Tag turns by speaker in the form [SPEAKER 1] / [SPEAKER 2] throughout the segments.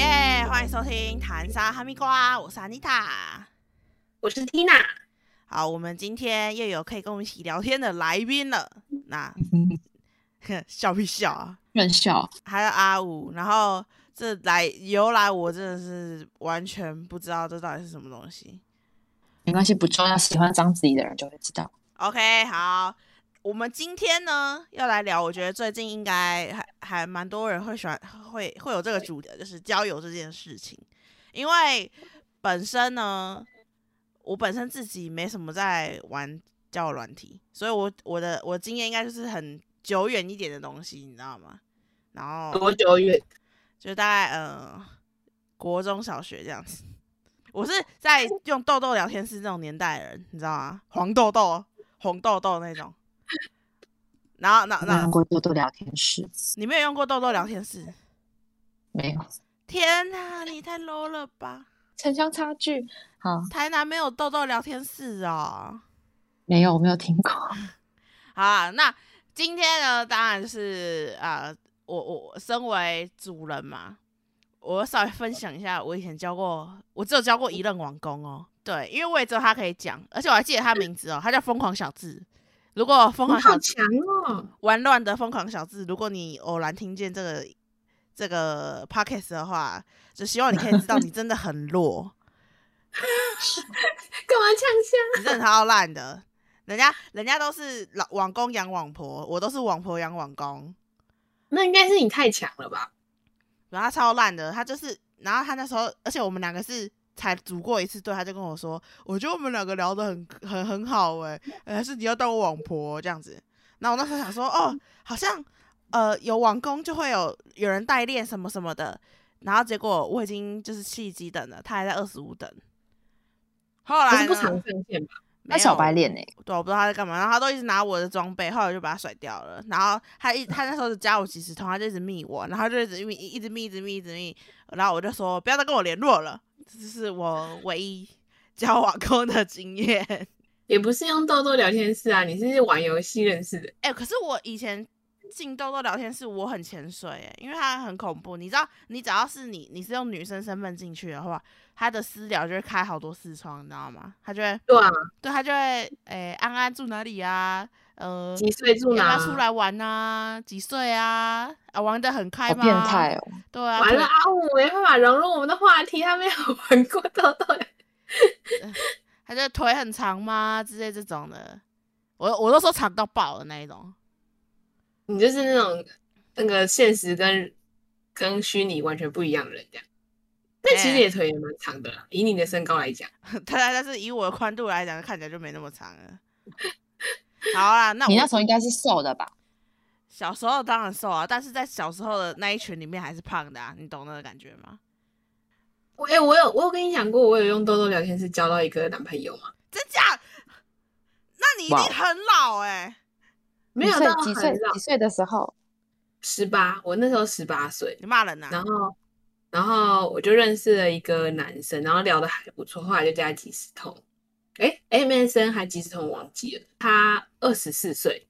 [SPEAKER 1] 迎收听《谈沙哈密瓜》，我是 Anita。
[SPEAKER 2] 我是 Tina，
[SPEAKER 1] 好，我们今天又有可以跟我们一起聊天的来宾了。那笑屁笑啊！
[SPEAKER 3] 乱笑，
[SPEAKER 1] 还有阿五，然后这来由来，我真的是完全不知道这到底是什么东西。
[SPEAKER 3] 没关系，不重要。喜欢章子怡的人就会知道。
[SPEAKER 1] OK，好，我们今天呢要来聊，我觉得最近应该还还蛮多人会喜欢，会会有这个主题的，就是交友这件事情。因为本身呢，我本身自己没什么在玩交友软体，所以我我的我经验应该就是很久远一点的东西，你知道吗？然后
[SPEAKER 2] 多久远？
[SPEAKER 1] 就大概呃国中小学这样子。我是在用豆豆聊天室那种年代的人，你知道吗？黄豆豆、红豆豆那种。然后，那
[SPEAKER 3] 那
[SPEAKER 1] 那
[SPEAKER 3] 用过多多聊天室
[SPEAKER 1] 你没有用过豆豆聊天室？
[SPEAKER 3] 没有？
[SPEAKER 1] 天哪，你太 low 了吧！
[SPEAKER 3] 城乡差距好，
[SPEAKER 1] 台南没有豆豆聊天室哦。
[SPEAKER 3] 没有，我没有听过。
[SPEAKER 1] 好啊，那今天呢，当然就是啊、呃我我我身为主人嘛，我稍微分享一下我以前教过，我只有教过一任王工哦，对，因为我也只有他可以讲，而且我还记得他名字哦，他叫疯狂小智。如果疯
[SPEAKER 2] 你
[SPEAKER 1] 狂小
[SPEAKER 2] 好
[SPEAKER 1] 智
[SPEAKER 2] 强 哦！
[SPEAKER 1] 玩乱的疯狂小智，如果你偶然听见这个这个 podcast 的话，就希望你可以知道你真的很弱。
[SPEAKER 2] 干嘛呛香？
[SPEAKER 1] 你真的超烂的。人家人家都是老网公养网婆，我都是网婆养网公，
[SPEAKER 2] 那应该是你太强了吧？
[SPEAKER 1] 然后他超烂的，他就是，然后他那时候，而且我们两个是才组过一次队，他就跟我说，我觉得我们两个聊得很很很好哎、欸，还是你要当我网婆哦这样子。那我那时候想说，
[SPEAKER 2] 嗯
[SPEAKER 1] 哦，好像呃有网工就会有有人代练什么什么的，然后结果我已经就是七级等了，他还在二十五等。后
[SPEAKER 2] 可
[SPEAKER 1] 来
[SPEAKER 2] 是不
[SPEAKER 1] 呢
[SPEAKER 2] 常上线吧？
[SPEAKER 1] 啊没
[SPEAKER 3] 那小
[SPEAKER 1] 有
[SPEAKER 3] 白脸欸呢、
[SPEAKER 1] 对，我不知道他在干嘛，然后他都一直拿我的装备，后来我就把他甩掉了。然后他一他那时候就加我几十通，他就一直密我，然后就一直密一直密一直密一直密，然后我就说不要再跟我联络了，这是我唯一交往过的经验。
[SPEAKER 2] 也不是用豆豆聊天室啊，你是玩游戏认识的。
[SPEAKER 1] 哎、可是我以前进豆豆聊天室，我很潜水哎、因为它很恐怖。你知道，你只要是你你是用女生身份进去的话，他的私聊就会开好多视窗，你知道吗？他就会
[SPEAKER 2] 对啊，
[SPEAKER 1] 对他就会哎、安安住哪里啊？呃，
[SPEAKER 2] 几岁住
[SPEAKER 1] 要不
[SPEAKER 2] 哪？
[SPEAKER 1] 要出来玩啊？几岁啊？啊，玩的很开
[SPEAKER 3] 好
[SPEAKER 1] 吗？
[SPEAKER 3] 变态哦！
[SPEAKER 1] 对啊，
[SPEAKER 2] 完
[SPEAKER 1] 推
[SPEAKER 2] 了，阿五没办法融入我们的话题，他没有玩过豆豆。
[SPEAKER 1] 他就腿很长吗？之类这种的，我我都说长到爆的那一种。
[SPEAKER 2] 你就是那种那个现实跟跟虚拟完全不一样的人，这样。但其实
[SPEAKER 1] 哎
[SPEAKER 2] 也腿也蛮长的啦，以你的身高来讲，
[SPEAKER 1] 但但是以我的宽度来讲，看起来就没那么长 了。好啦，那
[SPEAKER 3] 你
[SPEAKER 1] 我
[SPEAKER 3] 那时候应该是瘦的吧？
[SPEAKER 1] 小时候当然瘦啊，但是在小时候的那一群里面还是胖的啊，你懂那个感觉吗？
[SPEAKER 2] 我哎、我有我有跟你讲过，我有用豆豆聊天室交到一个男朋友吗？
[SPEAKER 1] 真假？那你一定
[SPEAKER 3] 哇
[SPEAKER 1] 很老哎、
[SPEAKER 2] 没有
[SPEAKER 3] 几岁
[SPEAKER 2] 到
[SPEAKER 3] 几
[SPEAKER 2] 很
[SPEAKER 3] 岁
[SPEAKER 2] 老
[SPEAKER 3] 几岁的时候，
[SPEAKER 2] 十八，我那时候十八岁，
[SPEAKER 1] 你骂人啊呐、
[SPEAKER 2] 然后然后我就认识了一个男生，然后聊的还不错，后来就加即时通，哎，MSN 还即时通我忘记了，他二十四岁，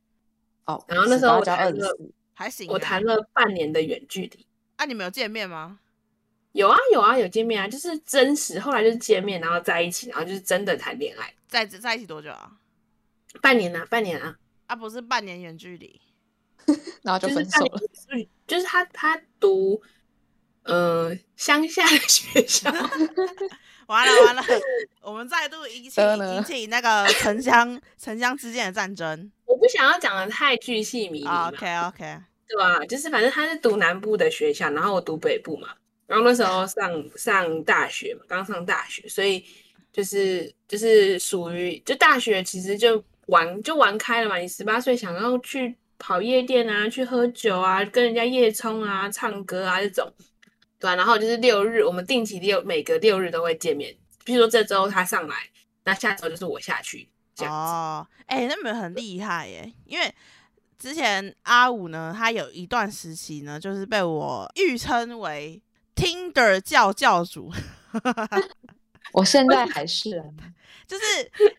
[SPEAKER 3] 哦，
[SPEAKER 2] 然后那时候我
[SPEAKER 3] 交
[SPEAKER 2] 才
[SPEAKER 3] 二十
[SPEAKER 2] 是
[SPEAKER 3] 四，
[SPEAKER 1] 还行、啊。
[SPEAKER 2] 我谈了半年的远距离，
[SPEAKER 1] 啊，你们有见面吗？
[SPEAKER 2] 有啊有啊有见面啊，就是真实，后来就是见面，然后在一起，然后就是真的谈恋爱，
[SPEAKER 1] 在在一起多久啊？
[SPEAKER 2] 半年啊半年啊，
[SPEAKER 1] 啊，不是半年远距离。
[SPEAKER 3] 然后就
[SPEAKER 2] 就是
[SPEAKER 3] 分
[SPEAKER 2] 半
[SPEAKER 3] 手
[SPEAKER 2] 年
[SPEAKER 3] 了。
[SPEAKER 2] 远距，就是他他读呃乡下的学校。
[SPEAKER 1] 完了完了，我们再度引起
[SPEAKER 3] 真的
[SPEAKER 1] 引起那个城乡城乡之间的战争。啊
[SPEAKER 2] 我不想要讲的太巨细靡遗
[SPEAKER 3] 啊
[SPEAKER 2] 嘛
[SPEAKER 1] OK OK，
[SPEAKER 2] 对吧、就是反正他是读南部的学校，然后我读北部嘛。然后那时候上上大学嘛，刚上大学，所以就是就是属于就大学其实就玩就玩开了嘛。你十八岁想要去跑夜店啊，去喝酒啊，跟人家夜冲啊、唱歌啊这种，对啊，然后就是六日，我们定期六每个六日都会见面。比如说这周他上来，那下周就是我下去这样子。
[SPEAKER 1] 哦，哎、那你们很厉害耶，因为之前阿五呢，他有一段时期呢，就是被我誉称为 Tinder 教教主，
[SPEAKER 3] 我现在还是啊，
[SPEAKER 1] 就是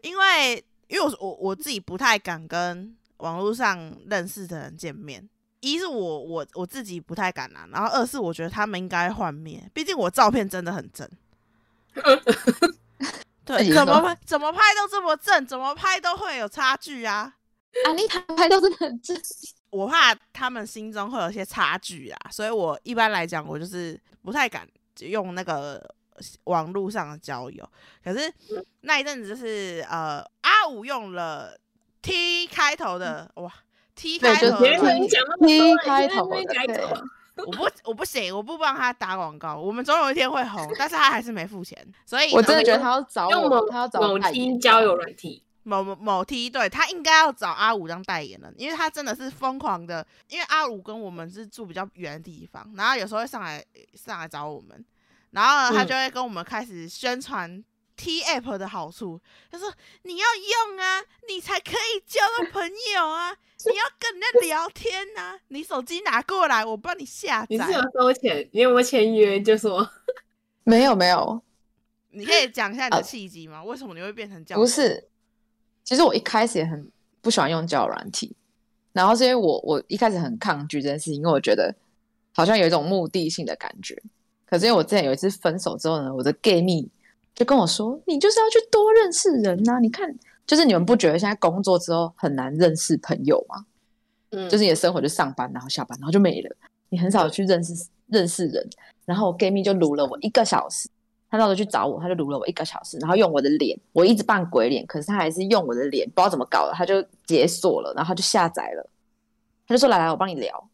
[SPEAKER 1] 因为因为我我我自己不太敢跟网络上认识的人见面。一是我我我自己不太敢啊啦，然后二是我觉得他们应该幻灭，毕竟我照片真的很正。
[SPEAKER 3] 自己
[SPEAKER 1] 对，
[SPEAKER 3] 说
[SPEAKER 1] 怎么拍怎么拍都这么正，怎么拍都会有差距啊！
[SPEAKER 3] 安妮塔拍到真的很正，
[SPEAKER 1] 我怕他们心中会有一些差距啊，所以我一般来讲我就是不太敢用那个网络上的交友。可是
[SPEAKER 3] 嗯
[SPEAKER 1] 那一阵子就是呃，阿五用了 T 开头的哇，T
[SPEAKER 3] 嗯对
[SPEAKER 1] 开
[SPEAKER 3] 就
[SPEAKER 1] 头
[SPEAKER 2] 别
[SPEAKER 1] 的
[SPEAKER 3] 是
[SPEAKER 1] 软
[SPEAKER 2] 人
[SPEAKER 1] 体
[SPEAKER 2] 讲那
[SPEAKER 3] 哦
[SPEAKER 2] 么多，啊
[SPEAKER 3] 第一
[SPEAKER 2] 你
[SPEAKER 3] 开
[SPEAKER 2] 在
[SPEAKER 3] 头
[SPEAKER 2] 那
[SPEAKER 3] 的
[SPEAKER 2] 边改
[SPEAKER 3] 对
[SPEAKER 2] 口，
[SPEAKER 1] 我不我不行，我不帮他打广告，我们总有一天会红，但是他还是没付钱，所以
[SPEAKER 3] 我
[SPEAKER 1] 呢
[SPEAKER 3] 真的觉得他要找
[SPEAKER 2] 用
[SPEAKER 3] 我
[SPEAKER 2] 某，
[SPEAKER 3] 他要找
[SPEAKER 2] 某
[SPEAKER 3] 我代言
[SPEAKER 2] 听交友软体，
[SPEAKER 1] 某某某 T 队，他应该要找阿五当代言人，因为他真的是疯狂的，因为阿五跟我们是住比较远的地方，然后有时候会上来上来找我们，然后呢他
[SPEAKER 2] 嗯
[SPEAKER 1] 就会跟我们开始宣传 T app 的好处，他说你要用啊，你才可以交到朋友啊，你要跟人 家聊天呐、啊，你手机拿过来，我帮你下
[SPEAKER 2] 你是有
[SPEAKER 1] 载，
[SPEAKER 2] 收钱，你有没有签约？就说
[SPEAKER 3] 没有没有，
[SPEAKER 1] 你可以讲一下你的
[SPEAKER 3] 呃
[SPEAKER 1] 契机吗？为什么你会变成这样？
[SPEAKER 3] 不是。其实我一开始也很不喜欢用交友软体，然后是因为我我一开始很抗拒这件事情，因为我觉得好像有一种目的性的感觉。可是因为我之前有一次分手之后呢，我的 gay 蜜就跟我说：“你就是要去多认识人呐、你看，就是你们不觉得现在工作之后很难认识朋友吗？
[SPEAKER 2] 嗯，
[SPEAKER 3] 就是你的生活就上班，然后下班，然后就没了，你很少去认识认识人。然后我 gay 蜜就撸了我一个小时，他那时候去找我，他就撸了我一个小时，然后用我的脸，我一直扮鬼脸，可是他还是用我的脸，不知道怎么搞的，他就解锁了，然后他就下载了，他就说来来，我帮你聊。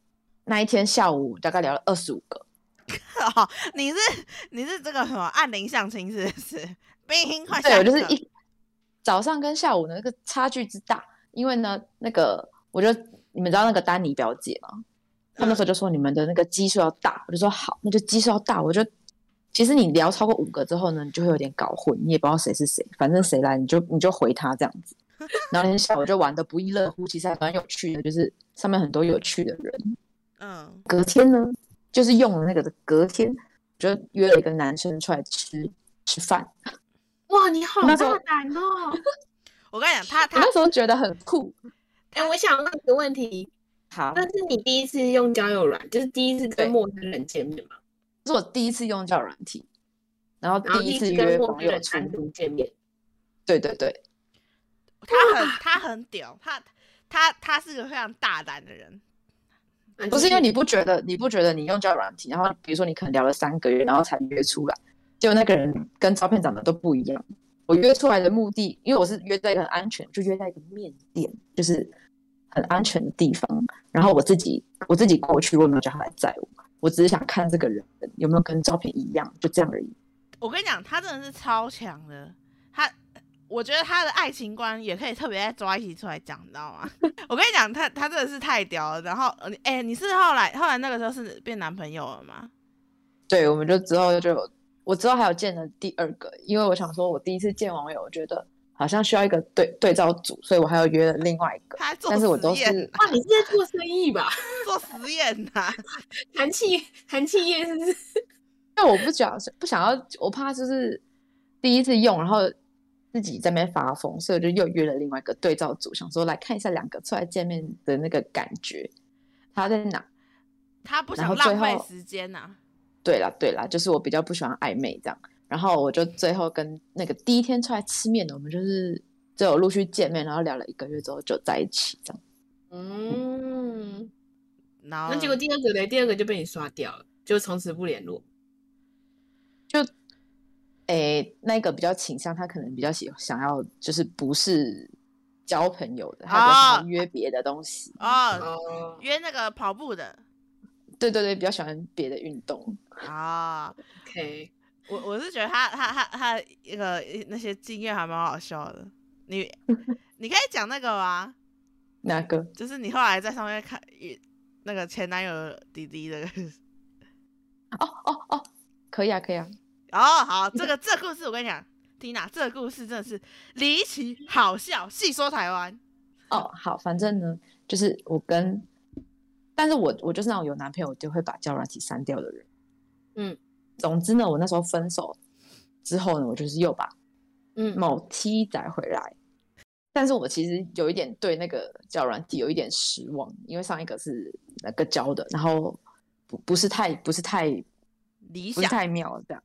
[SPEAKER 3] 那一天下午大概聊了二十五个，
[SPEAKER 1] 哦，你是你是这个什么按铃相亲是不是？冰快
[SPEAKER 3] 对
[SPEAKER 1] 啊下
[SPEAKER 3] 我就是
[SPEAKER 1] 课
[SPEAKER 3] 一早上跟下午的那个差距之大，因为呢，那个我就你们知道那个丹尼表姐吗？她
[SPEAKER 1] 嗯
[SPEAKER 3] 那时候就说你们的那个基数要大，我就说好，那就基数要大。我就其实你聊超过五个之后呢，你就会有点搞混，你也不知道谁是谁，反正谁来你就你就回他这样 子。然后那天下午就玩的不亦乐乎，其实还蛮有趣的，就是上面很多有趣的人。
[SPEAKER 1] 嗯
[SPEAKER 3] 隔天呢，就是用了那个的隔天，就约了一个男生出来吃吃饭。
[SPEAKER 2] 哇，你好
[SPEAKER 3] 那
[SPEAKER 2] 大
[SPEAKER 3] 时候
[SPEAKER 2] 胆哦！
[SPEAKER 1] 我跟你讲，他
[SPEAKER 3] 我
[SPEAKER 1] 他
[SPEAKER 3] 那时候觉得很酷。
[SPEAKER 2] 哎，我想问一个问题，
[SPEAKER 3] 好，
[SPEAKER 2] 那是你第一次用交友软，就是第一次
[SPEAKER 3] 对
[SPEAKER 2] 跟陌生人见面嘛？
[SPEAKER 3] 这是我第一次用交友软体，然后
[SPEAKER 2] 然后
[SPEAKER 3] 第一
[SPEAKER 2] 次
[SPEAKER 3] 次
[SPEAKER 2] 跟
[SPEAKER 3] 约
[SPEAKER 2] 陌
[SPEAKER 3] 网
[SPEAKER 2] 生
[SPEAKER 3] 友
[SPEAKER 2] 人
[SPEAKER 3] 出
[SPEAKER 2] 单独见面，
[SPEAKER 3] 对对对，
[SPEAKER 1] 他很他很屌，他他他是个非常大胆的人，
[SPEAKER 2] 啊
[SPEAKER 3] 不是因
[SPEAKER 2] 就
[SPEAKER 3] 为你不觉得你不觉得你用交友软体，然后比如说你可能聊了三个月，然后才约出来，结果那个人跟照片长得都不一样。我约出来的目的，因为我是约在一个很安全，就约在一个面店，就是很安全的地方。然后我自己我自己过去，我也没有叫他来载我，我只是想看这个人有没有跟照片一样，就这样而已。
[SPEAKER 1] 我跟你讲，他真的是超强的，他。我觉得他的爱情观也可以特别再抓一起出来讲，你知道吗？ 我跟你讲，他他真的是太屌了。然后，呃你哎、你是后来后来那个时候是变男朋友了吗？
[SPEAKER 3] 对，我们就之后就有，我之后还有见了第二个，因为我想说，我第一次见网友，我觉得好像需要一个对对照组，所以我还有约了另外一个，
[SPEAKER 1] 他在做
[SPEAKER 3] 但是我都
[SPEAKER 1] 实验，
[SPEAKER 3] 是
[SPEAKER 2] 哇，你是在做生意吧？
[SPEAKER 1] 做实验呐、
[SPEAKER 2] 谈气谈气业是不是？
[SPEAKER 3] 但我不想不想要，我怕就是第一次用，然后自己在那边发疯，所以我就又约了另外一个对照组，想说来看一下两个出来见面的那个感觉，他在哪？
[SPEAKER 1] 他不
[SPEAKER 3] 然
[SPEAKER 1] 想
[SPEAKER 3] 后最
[SPEAKER 1] 浪费
[SPEAKER 3] 后
[SPEAKER 1] 时间呐、
[SPEAKER 3] 对啦，对啦，就是我比较不喜欢暧昧这样。然后我就最后跟那个第一天出来吃面的，我们就是就有陆续见面，然后聊了一个月之后就在一起这样。
[SPEAKER 2] 嗯，
[SPEAKER 1] 然后
[SPEAKER 2] 那结果第二个嘞，第二个就被你刷掉了，就从此不联络。
[SPEAKER 3] 诶，那个比较倾向他可能比较喜想要就是不是交朋友的，他比较
[SPEAKER 1] 哦
[SPEAKER 3] 想要约别的东西。
[SPEAKER 1] 哦，
[SPEAKER 2] 哦，
[SPEAKER 1] 约那个跑步 的
[SPEAKER 3] 对对对，比较喜欢别的运动。
[SPEAKER 1] 啊、
[SPEAKER 2] OK，
[SPEAKER 1] 我我是觉得他他他他那个那些经验还蛮好笑的。 你你可以讲那个吗？
[SPEAKER 3] 那个
[SPEAKER 1] 就是你后来在上面看遇那个前男友弟弟的。
[SPEAKER 3] 哦哦哦，可以啊，可以啊。
[SPEAKER 1] 哦，好，这个这故事我跟你讲，Tina 这个故事真的是离奇好笑，细说台湾。
[SPEAKER 3] 哦，好，反正呢，就是我跟，但是我我就是那种有男朋友我就会把交友软体删掉的人。
[SPEAKER 2] 嗯，
[SPEAKER 3] 总之呢，我那时候分手之后呢，我就是又把
[SPEAKER 2] 嗯，
[SPEAKER 3] 某 T 载回来，但是我其实有一点对那个教软体有一点失望，因为上一个是那个教的，然后不不是太不是太
[SPEAKER 1] 理
[SPEAKER 3] 不是
[SPEAKER 1] 想
[SPEAKER 3] 太妙这样。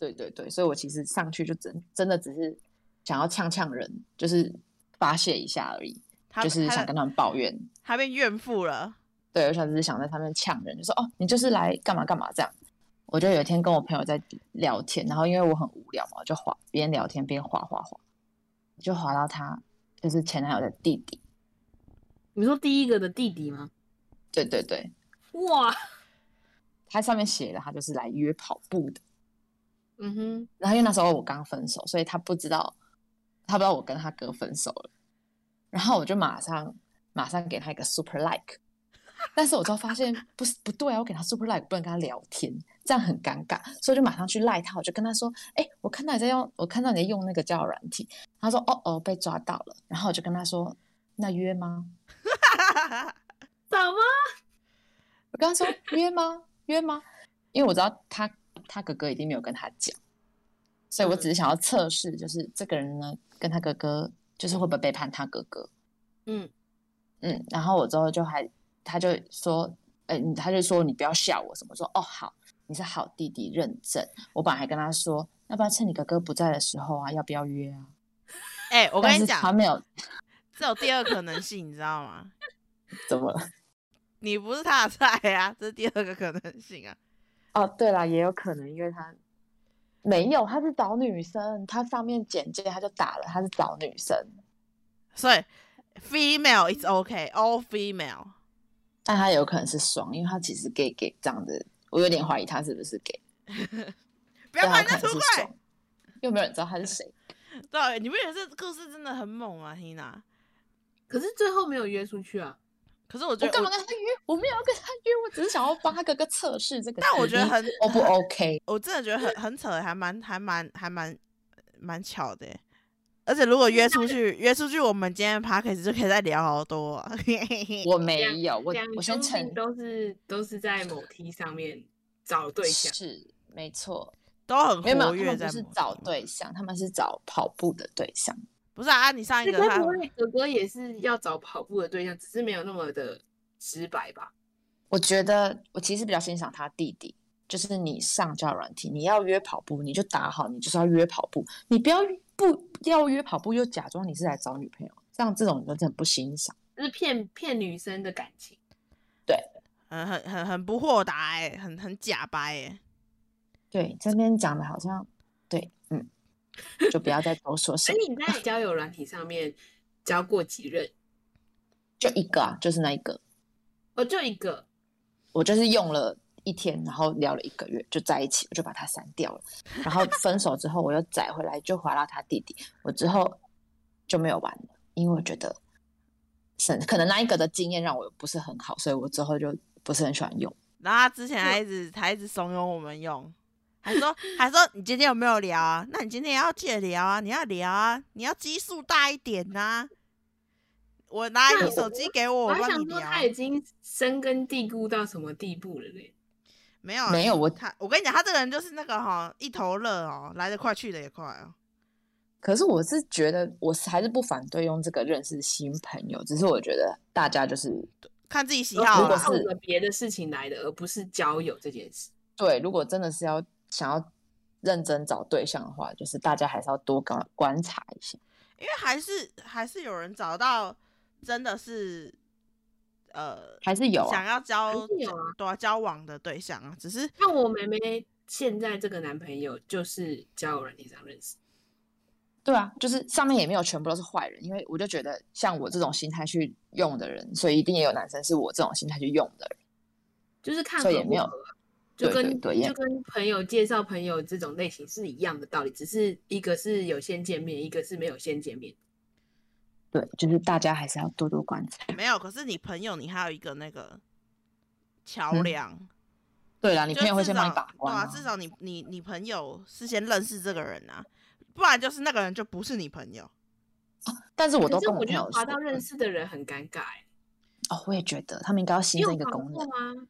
[SPEAKER 3] 对对对，所以我其实上去就真真的只是想要呛呛人，就是发泄一下而已，
[SPEAKER 1] 他
[SPEAKER 3] 就是
[SPEAKER 1] 他
[SPEAKER 3] 想
[SPEAKER 1] 的
[SPEAKER 3] 跟他们抱怨。
[SPEAKER 1] 他变怨妇了，
[SPEAKER 3] 对，我想只是想在上面呛人，就说哦，你就是来干嘛干嘛这样。我就有一天跟我朋友在聊天，然后因为我很无聊嘛，我就滑边聊天边滑滑滑，就滑到他就是前男友的弟弟。
[SPEAKER 2] 你说第一个的弟弟吗？
[SPEAKER 3] 对对对，
[SPEAKER 2] 哇，
[SPEAKER 3] 他上面写了他就是来约跑步的。
[SPEAKER 2] 嗯哼，
[SPEAKER 3] 然后因为那时候我刚分手，所以他不知道，他不知道我跟他哥分手了。然后我就马上马上给他一个 super like，但 是我之后发现不是不对啊，我给他 super like 不能跟他聊天，这样很尴尬，所以我就马上去赖他，我就跟他说：“哎、我看到你在用，我看到你在用那个交友软体。”他说：“哦哦，被抓到了。”然后我就跟他说：“那约吗？”
[SPEAKER 2] 怎么？
[SPEAKER 3] 我跟他说约吗？约吗？因为我知道他他哥哥一定没有跟他讲，所以我
[SPEAKER 2] 嗯
[SPEAKER 3] 只是想要测试，就是这个人呢跟他哥哥就是会不会背叛他哥哥。
[SPEAKER 2] 嗯，
[SPEAKER 3] 嗯，然后我之后就还他就说，哎、你他就说你不要笑我什么，我说哦好，你是好弟弟，认真。我本来还跟他说，要不要趁你哥哥不在的时候啊，要不要约啊？
[SPEAKER 1] 哎、我
[SPEAKER 3] 我
[SPEAKER 1] 跟你
[SPEAKER 3] 他
[SPEAKER 1] 讲，
[SPEAKER 3] 没有
[SPEAKER 1] 这有第二可能性，你知道吗？
[SPEAKER 3] 怎么了？
[SPEAKER 1] 你不是他的菜啊，这是第二个可能性啊。
[SPEAKER 3] 哦，对啦，也有可能，因为他没有，他是找女生，他上面简介他就打了，他是找女生，
[SPEAKER 1] 所以 female is okay, all female。
[SPEAKER 3] 但他有可能是双，因为他其实给给这样的，我有点怀疑他是不是给，
[SPEAKER 1] 不要
[SPEAKER 3] 但
[SPEAKER 1] 把
[SPEAKER 3] 他
[SPEAKER 1] 人家出
[SPEAKER 3] 可能是
[SPEAKER 1] 柜。
[SPEAKER 3] 双，又没有人知道他是谁。
[SPEAKER 1] 对，你不觉得这故事真的很猛吗，Tina？
[SPEAKER 2] 可是最后没有约出去啊。
[SPEAKER 1] 可是我觉
[SPEAKER 3] 我
[SPEAKER 1] 得
[SPEAKER 3] 干嘛跟他约？我没有要跟他约，我只是想要帮他哥哥测试这个弟弟。
[SPEAKER 1] 但我觉得很
[SPEAKER 3] O 不 OK？
[SPEAKER 1] 我真的觉得很很扯，还蛮还蛮还蛮蛮巧的耶。而且如果约出去，约出去，我们今天 p a r k 就可以再聊好多、啊。
[SPEAKER 3] 我没有，我
[SPEAKER 2] 两
[SPEAKER 3] 我
[SPEAKER 2] 兄
[SPEAKER 3] 先
[SPEAKER 2] 弟
[SPEAKER 3] 承
[SPEAKER 2] 都是都是在某 T 上面找对象，
[SPEAKER 3] 是没错，
[SPEAKER 1] 都很
[SPEAKER 3] 没有没
[SPEAKER 1] 活
[SPEAKER 3] 有，他
[SPEAKER 1] 跃
[SPEAKER 3] 们
[SPEAKER 1] 在
[SPEAKER 3] 不
[SPEAKER 1] 某
[SPEAKER 3] 是
[SPEAKER 1] 地。
[SPEAKER 3] 找对象，他们是找跑步的对象。
[SPEAKER 1] 不是啊，啊你上一个
[SPEAKER 2] 那该
[SPEAKER 1] 他
[SPEAKER 2] 不会哥哥也是要找跑步的对象，只是没有那么的直白吧？
[SPEAKER 3] 我觉得我其实比较欣赏他弟弟，就是你上交友软体，你要约跑步，你就打好，你就是要约跑步，你不要不要约跑步，又假装你是来找女朋友，像这种人真的很不欣赏。
[SPEAKER 2] 就是骗骗女生的感情。
[SPEAKER 1] 很很很很不豁达哎、很很假白哎、
[SPEAKER 3] 对，这边讲的好像对，嗯，就不要再多说什
[SPEAKER 2] 所
[SPEAKER 3] 么，
[SPEAKER 2] 哎以你在交友软体上面交过几任？
[SPEAKER 3] 就一个啊，就是那一个，
[SPEAKER 2] 哦，就一个。
[SPEAKER 3] 我就是用了。一天，然后聊了一个月，就在一起，我就把他删掉了。然后分手之后，我又载回来，就划到他弟弟。我之后就没有玩了，因为我觉得是可能那一个的经验让我不是很好，所以我之后就不是很喜欢用。
[SPEAKER 1] 然后他之前还一直还一直怂恿我们用，还说还说你今天有没有聊啊？那你今天也要记得聊啊，你要聊啊，你要基数大一点呐、我拿
[SPEAKER 2] 那
[SPEAKER 1] 你手
[SPEAKER 2] 我
[SPEAKER 1] 机给
[SPEAKER 3] 哦
[SPEAKER 1] 我，
[SPEAKER 2] 我
[SPEAKER 1] 我
[SPEAKER 2] 还
[SPEAKER 1] 帮
[SPEAKER 2] 想
[SPEAKER 1] 你
[SPEAKER 2] 说
[SPEAKER 1] 聊。啊
[SPEAKER 2] 他已经深根蒂固到什么地步了嘞？
[SPEAKER 1] 没有啊
[SPEAKER 3] 没有我
[SPEAKER 1] 他，我跟你讲，他这个人就是那个哈、一头热哦，来得快去得也快哦。
[SPEAKER 3] 可是我是觉得，我是还是不反对用这个认识新朋友，只是我觉得大家就是
[SPEAKER 1] 看自己喜
[SPEAKER 2] 而
[SPEAKER 1] 好
[SPEAKER 3] 如果
[SPEAKER 1] 啦
[SPEAKER 2] 是，
[SPEAKER 3] 是
[SPEAKER 2] 冲着别的事情来的，而不是交友这件事。
[SPEAKER 3] 对，如果真的是要想要认真找对象的话，就是大家还是要多观观察一下。
[SPEAKER 1] 因为还是还是有人找到真的是呃
[SPEAKER 3] 还是有啊
[SPEAKER 1] 想要交
[SPEAKER 2] 还是有啊
[SPEAKER 1] 对啊交往的对象啊，只是
[SPEAKER 2] 那我妹妹现在这个男朋友就是交友软体上认识，
[SPEAKER 3] 对啊，就是上面也没有全部都是坏人，因为我就觉得像我这种心态去用的人，所以一定也有男生是我这种心态去用的人。
[SPEAKER 2] 就是看
[SPEAKER 3] 所
[SPEAKER 2] 合
[SPEAKER 3] 以
[SPEAKER 2] 不
[SPEAKER 3] 也没有
[SPEAKER 2] 合啊，就
[SPEAKER 3] 对
[SPEAKER 2] 跟
[SPEAKER 3] 对对也
[SPEAKER 2] 就跟朋友介绍朋友这种类型是一样的道理，只是一个是有先见面，一个是没有先见面。
[SPEAKER 3] 对，就是大家还是要多多观察。
[SPEAKER 1] 没有。可是你朋友，你还有一个那个桥
[SPEAKER 3] 嗯
[SPEAKER 1] 梁，
[SPEAKER 3] 对啦，你
[SPEAKER 1] 你
[SPEAKER 3] 朋友会先帮你把
[SPEAKER 1] 对
[SPEAKER 3] 关、
[SPEAKER 1] 啊，至少你你你朋友是先认识这个人啊，不然就是那个人就不是你朋友。
[SPEAKER 3] 但是我
[SPEAKER 2] 可
[SPEAKER 3] 都
[SPEAKER 2] 是
[SPEAKER 3] 跟我
[SPEAKER 2] 我
[SPEAKER 3] 朋
[SPEAKER 2] 觉得
[SPEAKER 3] 友
[SPEAKER 2] 滑到
[SPEAKER 3] 说嗯
[SPEAKER 2] 认识的人很尴尬、欸，
[SPEAKER 3] 哦，我也觉得他们应该要
[SPEAKER 2] 你
[SPEAKER 3] 新
[SPEAKER 2] 有
[SPEAKER 3] 增一个
[SPEAKER 2] 滑
[SPEAKER 3] 功
[SPEAKER 2] 过啊
[SPEAKER 3] 能。
[SPEAKER 2] 吗？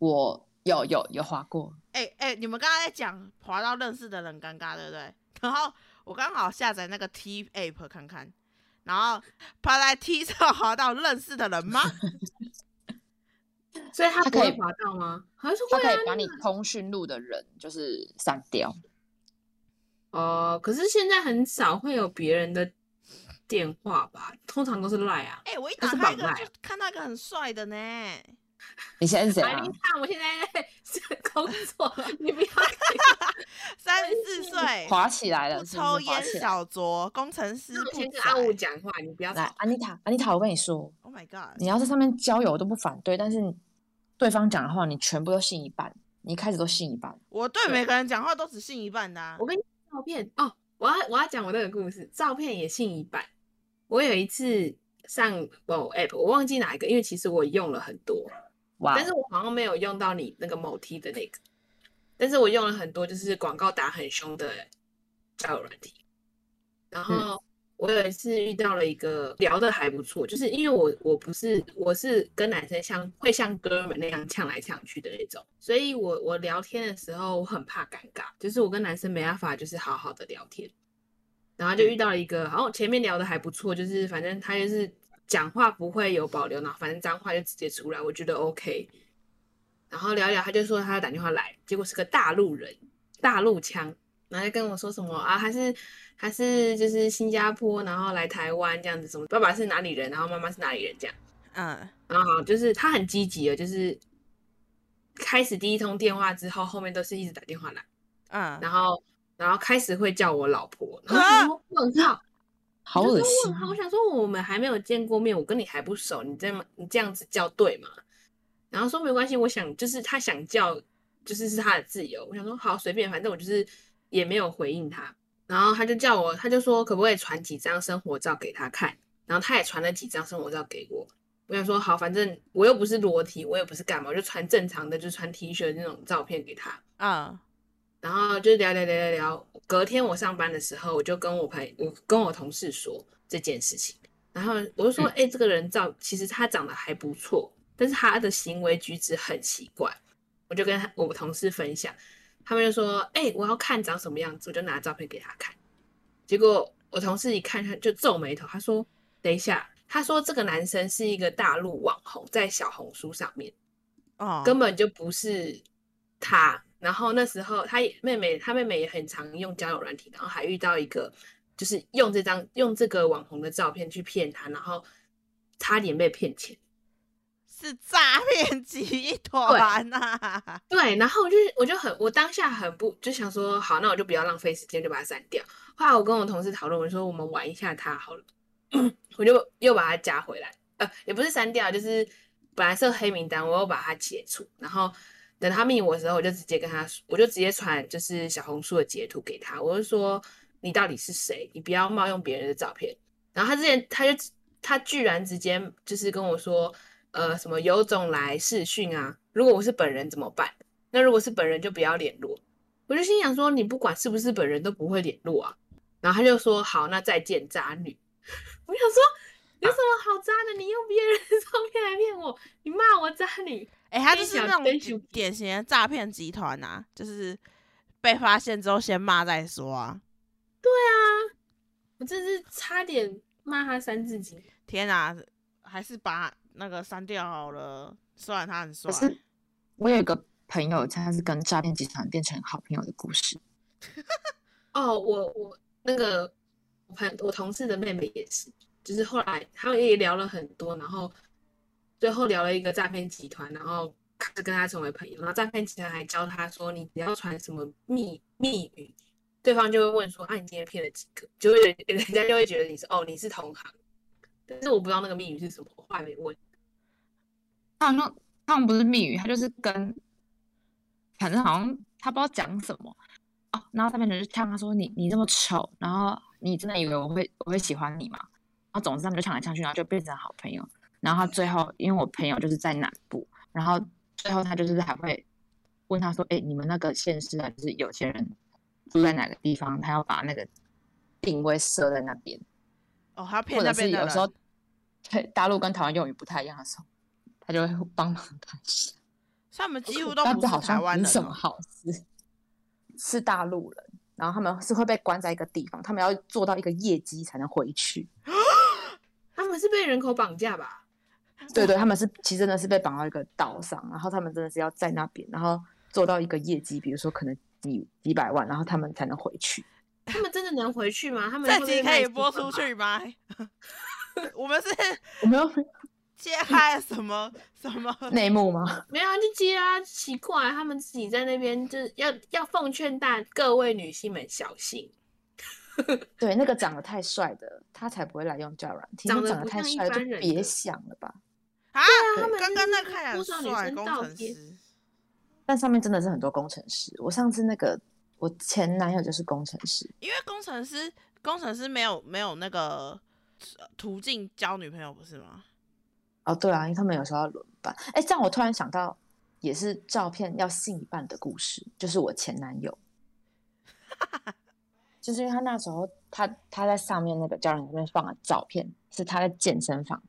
[SPEAKER 3] 我有有有划过，
[SPEAKER 1] 哎、哎、你们刚才在讲滑到认识的人尴尬，对不对？然后我刚好下载那个 T app 看看，然后趴在梯上滑到认识的人吗？
[SPEAKER 2] 所以他
[SPEAKER 3] 他
[SPEAKER 2] 不
[SPEAKER 3] 可
[SPEAKER 2] 会
[SPEAKER 3] 以
[SPEAKER 2] 滑到吗？好像是
[SPEAKER 3] 他
[SPEAKER 2] 会
[SPEAKER 3] 可
[SPEAKER 2] 啊
[SPEAKER 3] 以把你通讯录的人就是删掉。
[SPEAKER 2] 哦、可是现在很少会有别人的电话吧？通常都是赖啊。
[SPEAKER 1] 哎、 我一
[SPEAKER 2] 他
[SPEAKER 1] 打
[SPEAKER 2] 是
[SPEAKER 1] 开一
[SPEAKER 2] 绑
[SPEAKER 1] 个
[SPEAKER 2] 赖
[SPEAKER 3] 啊
[SPEAKER 1] 就看到一个很帅的呢，
[SPEAKER 3] 你现在是谁
[SPEAKER 2] 玛
[SPEAKER 3] 啊
[SPEAKER 2] 丽？娜，哎我现在在 工 作，你不要
[SPEAKER 1] 三十四岁，
[SPEAKER 3] 滑起来了，
[SPEAKER 1] 不
[SPEAKER 3] 是是滑
[SPEAKER 1] 抽烟
[SPEAKER 3] 起来
[SPEAKER 1] 小酌，工程师
[SPEAKER 2] 那我
[SPEAKER 1] 不
[SPEAKER 2] 先跟
[SPEAKER 1] 宰
[SPEAKER 2] 阿五讲话，你不要
[SPEAKER 3] 来
[SPEAKER 2] 吵。，
[SPEAKER 3] 安妮塔，安妮塔，我跟你说，
[SPEAKER 1] Oh my god！
[SPEAKER 3] 你要在上面交友，我都不反对，但是对方讲的话，你全部都信一半，你一开始都信一半。
[SPEAKER 1] 我对每个人讲话都只信一半的、啊
[SPEAKER 2] 我。跟你照片哦，我要我要讲我那个故事，照片也信一半。我有一次上某 app，我忘记哪一个，因为其实我用了很多，
[SPEAKER 3] 哇
[SPEAKER 2] 但是我好像没有用到你那个某 T 的那个，但是我用了很多就是广告打很凶的交友软体。然后我有一次遇到了一个聊的还不错，就是因为我我不是我是跟男生像会像哥们那样呛来呛去的那种，所以我我聊天的时候我很怕尴尬，就是我跟男生没办法就是好好的聊天，然后就遇到了一个，好像前面聊的还不错，就是反正他就是讲话不会有保留，然后反正脏话就直接出来，我觉得 OK。然后聊一聊，他就说他要打电话来，结果是个大陆人，大陆腔，然后就跟我说什么啊，他是他是就是新加坡，然后来台湾这样子，什么爸爸是哪里人，然后妈妈是哪里人这样，
[SPEAKER 1] 嗯，
[SPEAKER 2] 然后好就是他很积极的，就是开始第一通电话之后，后面都是一直打电话来，
[SPEAKER 1] 嗯，
[SPEAKER 2] 然后然后开始会叫我老婆，然后我想说我靠，
[SPEAKER 3] 好
[SPEAKER 2] 我
[SPEAKER 3] 恶
[SPEAKER 2] 就说
[SPEAKER 3] 心哦
[SPEAKER 2] 问，号我想说我们还没有见过面，我跟你还不熟，你这么你这样子叫对吗？然后说没关系，我想就是他想叫，就是是他的自由。我想说好随便，反正我就是也没有回应他。然后他就叫我，他就说可不可以传几张生活照给他看，然后他也传了几张生活照给我。我想说好，反正我又不是裸体，我也不是干嘛，我就传正常的，就穿 T 恤那种照片给他。
[SPEAKER 1] 嗯，
[SPEAKER 2] 然后就聊聊聊聊聊。隔天我上班的时候，我就跟我朋我跟我同事说这件事情，然后我就说，哎、这个人照其实他长得还不错，但是他的行为举止很奇怪。我就跟他我同事分享，他们就说，哎、我要看长什么样子，我就拿照片给他看。结果我同事一看，他就皱眉头，他说，等一下，他说这个男生是一个大陆网红，在小红书上面。
[SPEAKER 1] 哦，
[SPEAKER 2] 根本就不是他。然后那时候他也妹妹，他妹妹也很常用交友软体，然后还遇到一个就是用这张用这个网红的照片去骗他，然后差点被骗钱。
[SPEAKER 1] 是诈骗集一团呐、啊！
[SPEAKER 2] 对，然后就是我就很我当下很不就想说，好，那我就不要浪费时间，就把它删掉。后来我跟我同事讨论，我说我们玩一下他好了，嗯我就又把它加回来，呃，也不是删掉，就是本来是黑名单，我又把它解除。然后等他密我的时候，我就直接跟他说，我就直接传就是小红书的截图给他，我就说你到底是谁？你不要冒用别人的照片。然后他之前他就他居然直接就是跟我说，呃，什么有种来试训啊，如果我是本人怎么办？那如果是本人就不要联络。我就心想说，你不管是不是本人都不会联络啊。然后他就说好，那再见渣女。我想说，有什么好渣的？你用别人的照片来骗我，你骂我渣女。
[SPEAKER 1] 哎、他就是
[SPEAKER 2] 小
[SPEAKER 1] 那种
[SPEAKER 2] 真
[SPEAKER 1] 典
[SPEAKER 2] 主
[SPEAKER 1] 典型的诈骗集团呐、啊，就是被发现之后先骂再说啊！
[SPEAKER 2] 我真是差点骂他三字经。
[SPEAKER 1] 天哪、还是把那个删掉好了，虽然他很帅
[SPEAKER 3] 可。是我有一个朋友，他是跟诈骗集团变成好朋友的故事。
[SPEAKER 2] 哦，我我那个我朋我同事的妹妹也是，就是后来他们也聊了很多，然后最后聊了一个诈骗集团，然后开始跟他成为朋友，然后诈骗集团还教他说，你只要传什么密密语，对方就会问说，啊，你今天骗了几个？就会人家就会觉得你是哦，你是同行，但是我不知道那个密语是什么，我还没问。
[SPEAKER 3] 他好像他好像不是密语，他就是跟，反正好像他不知道讲什么哦，然后他们就呛他说你你这么丑，然后你真的以为我会我会喜欢你吗？然后总之他们就呛来呛去，然后就变成好朋友。然后他最后因为我朋友就是在南部，然后最后他就是还会问他说，哎，你们那个县市啊，就是有些人住在哪个地方，他要把那个定位设在那边。
[SPEAKER 1] 哦，他骗
[SPEAKER 3] 或
[SPEAKER 1] 那
[SPEAKER 3] 者是
[SPEAKER 1] 边的
[SPEAKER 3] 有时候
[SPEAKER 1] 人，
[SPEAKER 3] 对大陆跟台湾用语不太一样的时候，他就会帮忙他一下。
[SPEAKER 1] 所以他们几乎都
[SPEAKER 3] 但
[SPEAKER 1] 不
[SPEAKER 3] 这
[SPEAKER 1] 是
[SPEAKER 3] 好
[SPEAKER 1] 台
[SPEAKER 3] 像
[SPEAKER 1] 湾
[SPEAKER 3] 不
[SPEAKER 1] 人
[SPEAKER 3] 是什么
[SPEAKER 1] 哦、
[SPEAKER 3] 好事，是大陆人，然后他们是会被关在一个地方，他们要做到一个业绩才能回去。
[SPEAKER 2] 们是被人口绑架吧？
[SPEAKER 3] 对对，他们是其实真的是被绑到一个岛上，然后他们真的是要在那边，然后做到一个业绩，比如说可能几几百万，然后他们才能回去。
[SPEAKER 2] 他们真的能回去吗？他们
[SPEAKER 1] 这
[SPEAKER 2] 会
[SPEAKER 1] 集
[SPEAKER 2] 被
[SPEAKER 1] 可以
[SPEAKER 2] 卖
[SPEAKER 1] 播
[SPEAKER 2] 出
[SPEAKER 1] 出
[SPEAKER 2] 吗，
[SPEAKER 1] 去吗？ 我们是
[SPEAKER 3] 我 没有
[SPEAKER 1] 揭开了什么什么？
[SPEAKER 3] 内幕吗？
[SPEAKER 2] 没有啊，就接啊，奇怪，他们自己在那边就是要要奉劝大各位女性们小心，
[SPEAKER 3] 对，那个长得太帅的，他才不会来用交友软体。
[SPEAKER 2] 长
[SPEAKER 3] 那
[SPEAKER 2] 得
[SPEAKER 3] 长得
[SPEAKER 2] 不
[SPEAKER 3] 太
[SPEAKER 2] 像一
[SPEAKER 3] 帅的就
[SPEAKER 2] 般人
[SPEAKER 3] 别
[SPEAKER 2] 的
[SPEAKER 3] 想了吧。
[SPEAKER 1] 啊
[SPEAKER 2] 他们！
[SPEAKER 1] 刚
[SPEAKER 2] 就
[SPEAKER 1] 刚
[SPEAKER 2] 是
[SPEAKER 1] 那看
[SPEAKER 2] 多
[SPEAKER 1] 起
[SPEAKER 2] 少
[SPEAKER 1] 来
[SPEAKER 2] 女
[SPEAKER 1] 很帅，
[SPEAKER 2] 生
[SPEAKER 1] 工
[SPEAKER 2] 道
[SPEAKER 1] 程
[SPEAKER 2] 歉
[SPEAKER 1] 师。
[SPEAKER 3] 但上面真的是很多工程师。我上次那个我前男友就是工程师，
[SPEAKER 1] 因为工程师工程师没有没有那个呃途径交女朋友，不是吗？
[SPEAKER 3] 哦，对啊，因为他们有时候要轮班。哎，这样我突然想到，也是照片要信一半的故事，就是我前男友，就是因为他那时候他他在上面那个教练里面放的照片，是他在健身房，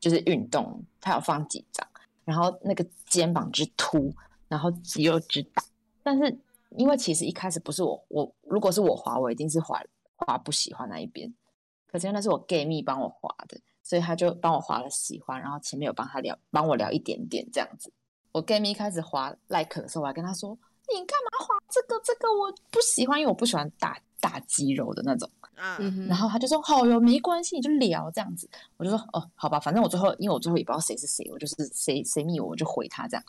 [SPEAKER 3] 就是运动，他有放几张，然后那个肩膀之凸，然后肌肉之大，但是因为其实一开始不是我我如果是我滑，我一定是滑滑不喜欢那一边，可是因为那是我 gay 蜜帮我划的，所以他就帮我划了喜欢，然后前面有帮他聊，帮我聊一点点这样子。我 gay 蜜开始划 like 的时候，我还跟他说：“你干嘛划这个？这个我不喜欢，因为我不喜欢大大肌肉的那种。”
[SPEAKER 1] 啊，
[SPEAKER 2] 嗯哼
[SPEAKER 3] 然后他就说：“好哟，没关系，你就聊这样子。”我就说：“哦，好吧，反正我最后，因为我最后也不知道谁是谁，我就是谁谁密我，我就回他这样。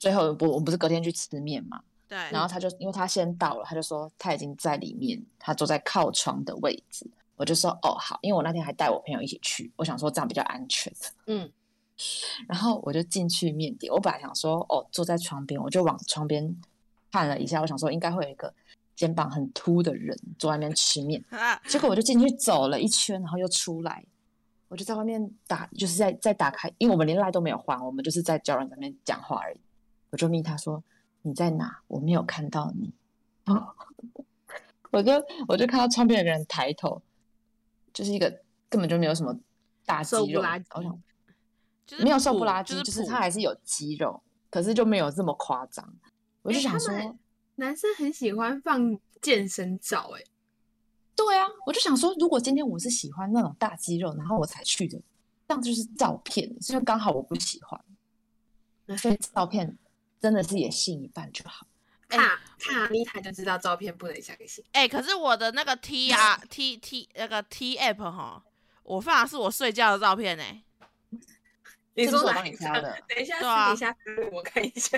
[SPEAKER 3] 最后我我们不是隔天去吃面嘛，
[SPEAKER 1] 对，
[SPEAKER 3] 然后他就因为他先到了，他就说他已经在里面，他坐在靠窗的位置。我就说哦好，因为我那天还带我朋友一起去，我想说这样比较安全。
[SPEAKER 2] 嗯，
[SPEAKER 3] 然后我就进去面点，我本来想说哦坐在窗边，我就往窗边看了一下，我想说应该会有一个肩膀很凸的人坐在那边吃面，
[SPEAKER 1] 啊，
[SPEAKER 3] 结果我就进去走了一圈，然后又出来，我就在外面打，就是在在打开，因为我们连赖都没有换，我们就是在交软上面讲话而已。我就密他说你在哪？我没有看到你。哦 我就我就看到窗边有个人抬头，就是一个根本就没有什么大肌
[SPEAKER 2] 瘦不
[SPEAKER 3] 肉，
[SPEAKER 2] 拉几
[SPEAKER 3] 我想
[SPEAKER 1] 就是
[SPEAKER 3] 没有瘦
[SPEAKER 1] 普
[SPEAKER 3] 不拉几，
[SPEAKER 1] 就
[SPEAKER 3] 就是是
[SPEAKER 1] 普
[SPEAKER 3] 他还是有肌肉，可是就没有这么夸张。我就
[SPEAKER 2] 诶
[SPEAKER 3] 想
[SPEAKER 2] 他
[SPEAKER 3] 说，
[SPEAKER 2] 们男生很喜欢放健身照、欸，哎，
[SPEAKER 3] 对啊，我就想说，如果今天我是喜欢那种大肌肉，然后我才去的，这样就是照片，所以刚好我不喜欢，所以照片真的是也信一半就好。
[SPEAKER 1] 诶
[SPEAKER 3] 哎
[SPEAKER 2] 卡卡妮塔就知道照片不能相信，
[SPEAKER 1] 哎、可是我的那个 T R T T 那个 T app 哈，我放的是我睡觉的照片呢、欸
[SPEAKER 2] 你
[SPEAKER 3] 这个
[SPEAKER 2] 说
[SPEAKER 3] 是我
[SPEAKER 2] 哪
[SPEAKER 3] 帮你
[SPEAKER 2] 一
[SPEAKER 3] 挑
[SPEAKER 2] 张
[SPEAKER 3] 的
[SPEAKER 2] 等一下，私
[SPEAKER 1] 对啊
[SPEAKER 2] 底下发我看一下。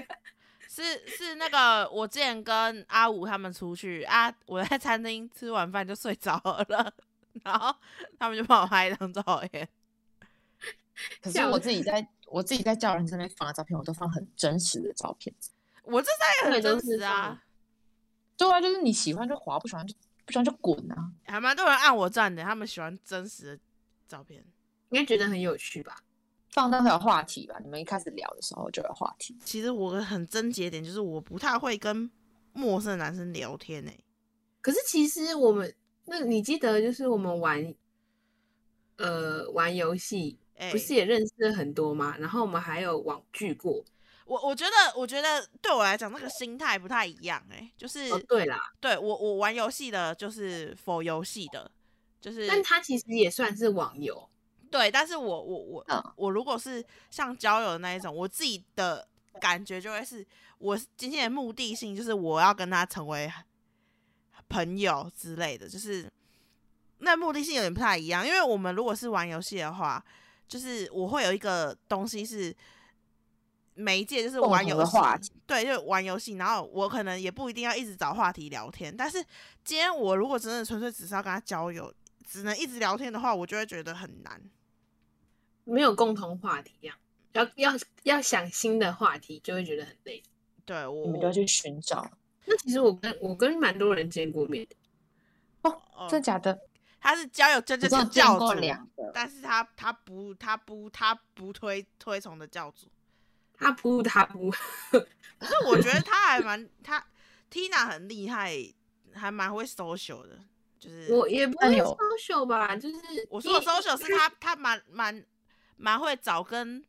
[SPEAKER 1] 是是那个我之前跟阿五他们出去啊，我在餐厅吃完饭就睡着了， 然后他们就帮我拍一张照片。
[SPEAKER 3] 可是
[SPEAKER 2] 笑
[SPEAKER 3] 我
[SPEAKER 2] 死
[SPEAKER 3] 自己在我自己在教人这边放的照片，我都放很真实的照片。
[SPEAKER 1] 我这张也很
[SPEAKER 2] 对
[SPEAKER 1] 真
[SPEAKER 2] 都是
[SPEAKER 1] 实
[SPEAKER 2] 这
[SPEAKER 1] 啊
[SPEAKER 2] 样，
[SPEAKER 3] 对啊，就是你喜欢就滑，不喜欢就不喜欢就滚啊。
[SPEAKER 1] 还蛮多人按我赞的，他们喜欢真实的照片。
[SPEAKER 2] 应该觉得很有趣吧？
[SPEAKER 3] 放到会有话题吧，你们一开始聊的时候就有话题。
[SPEAKER 1] 其实我很症结点就是我不太会跟陌生的男生聊天欸呢、
[SPEAKER 2] 可是其实我们，那你记得就是我们玩，呃，玩游戏，
[SPEAKER 1] 哎、
[SPEAKER 2] 不是也认识了很多吗？然后我们还有网聚过。
[SPEAKER 1] 我我觉得，我觉得对我来讲，那个心态不太一样哎、就是、
[SPEAKER 2] 哦，对啦，
[SPEAKER 1] 对我我玩游戏的，就是否游戏的，就是
[SPEAKER 2] 但他其实也算是网游，
[SPEAKER 1] 对，但是我我我、
[SPEAKER 3] 嗯
[SPEAKER 1] 我如果是像交友的那一种，我自己的感觉就会是，我今天的目的性就是我要跟他成为朋友之类的，就是那目的性有点不太一样，因为我们如果是玩游戏的话，就是我会有一个东西是。媒介就是
[SPEAKER 3] 共
[SPEAKER 1] 玩
[SPEAKER 3] 同
[SPEAKER 1] 游
[SPEAKER 3] 的
[SPEAKER 1] 戏
[SPEAKER 3] 话题，
[SPEAKER 1] 对，就玩游戏。然后我可能也不一定要一直找话题聊天，但是今天我如果真的纯粹只是要跟他交友，只能一直聊天的话，我就会觉得很难。
[SPEAKER 2] 没有共同话题呀、要要要想新的话题，就会觉得很累。
[SPEAKER 1] 对我，
[SPEAKER 3] 你们就要去寻找。
[SPEAKER 2] 那其实我跟我跟蛮多人见过面的，
[SPEAKER 1] 哦
[SPEAKER 3] 真的假的？
[SPEAKER 1] 他是交友教
[SPEAKER 3] 我
[SPEAKER 1] 教
[SPEAKER 3] 只有
[SPEAKER 1] 教
[SPEAKER 3] 见
[SPEAKER 1] 教
[SPEAKER 3] 过
[SPEAKER 1] 主，
[SPEAKER 3] 两个，
[SPEAKER 1] 但是他他不他不他不推推崇的教主，
[SPEAKER 2] 他扑他扑，
[SPEAKER 1] 可是我觉得他还蛮他 Tina 很厉害，还蛮会 social 的，就是
[SPEAKER 2] 我也不
[SPEAKER 3] 那
[SPEAKER 2] 会
[SPEAKER 3] 有
[SPEAKER 2] social 吧，就是
[SPEAKER 1] 哎我说的
[SPEAKER 2] 一
[SPEAKER 1] social 是 他他蛮蛮蛮会找跟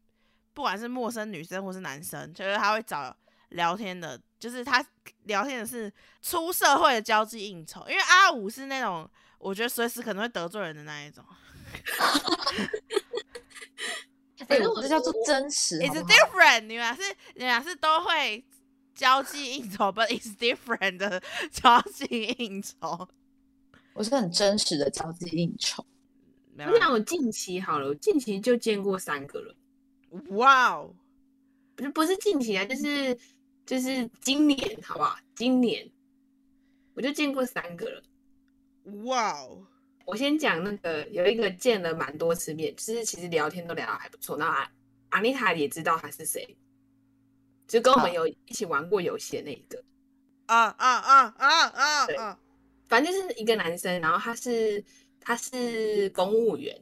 [SPEAKER 1] 不管是陌生女生或是男生，就是他会找聊天的，就是他聊天的是出社会的交际应酬，因为阿五是那种我觉得随时可能会得罪人的那一种。
[SPEAKER 3] 哎、
[SPEAKER 2] 反正
[SPEAKER 3] 我
[SPEAKER 2] 我
[SPEAKER 3] 这叫做
[SPEAKER 2] 我
[SPEAKER 3] 真实，好
[SPEAKER 1] 哎 It's
[SPEAKER 3] 不好
[SPEAKER 1] different，你们俩是你们俩是都会交际应酬，but it's different 的交际应酬。
[SPEAKER 3] 我是很真实的交际应酬。
[SPEAKER 1] 没
[SPEAKER 2] 我
[SPEAKER 1] 有
[SPEAKER 2] 讲
[SPEAKER 1] 啦，
[SPEAKER 2] 我近期好了，我近期就见过三个人，
[SPEAKER 1] 哇哦，
[SPEAKER 2] 不是不是近期啊，就是就是今年，好不好？今年我就见过三个人。
[SPEAKER 1] 哇哦，
[SPEAKER 2] 我先讲那个有一个见了蛮多次面，就是其实聊天都聊得还不错，然后阿阿丽塔也知道他是谁，就跟我们
[SPEAKER 3] 好
[SPEAKER 2] 有一起玩过游戏的那一个，
[SPEAKER 1] 啊啊啊啊啊
[SPEAKER 2] 对
[SPEAKER 1] 啊！
[SPEAKER 2] 反正就是一个男生，然后他是他是公务员，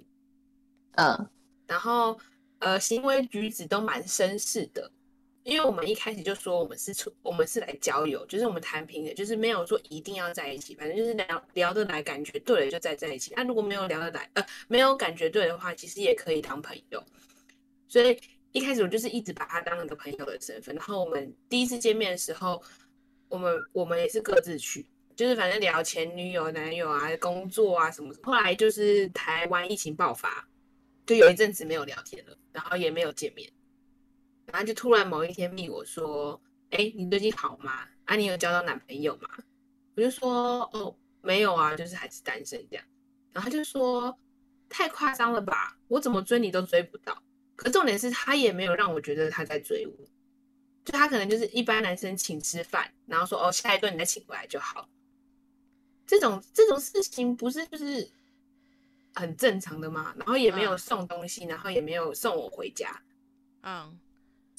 [SPEAKER 3] 嗯，
[SPEAKER 2] 然后呃行为举止都蛮绅士的，因为我们一开始就说我们是出我们是来交友，就是我们谈平的，就是没有说一定要在一起，反正就是聊聊得来，感觉对了就再在一起。那、如果没有聊得来，呃没有感觉对的话，其实也可以当朋友。所以一开始我就是一直把他当一个朋友的身份。然后我们第一次见面的时候，我们我们也是各自去。就是反正聊前女友、男友啊、工作啊什么什么。后来就是台湾疫情爆发，就有一阵子没有聊天了，然后也没有见面，然后就突然某一天密我说：“哎，你最近好吗？啊，你有交到男朋友吗？”我就说：“哦，没有啊，就是还是单身这样。”然后他就说：“太夸张了吧，我怎么追你都追不到。”可重点是他也没有让我觉得他在追我，就他可能就是一般男生请吃饭，然后说：“哦，下一顿你再请过来就好。”这种这种事情不是就是很正常的吗？然后也没有
[SPEAKER 1] 嗯
[SPEAKER 2] 送东西，然后也没有送我回家，
[SPEAKER 1] 嗯，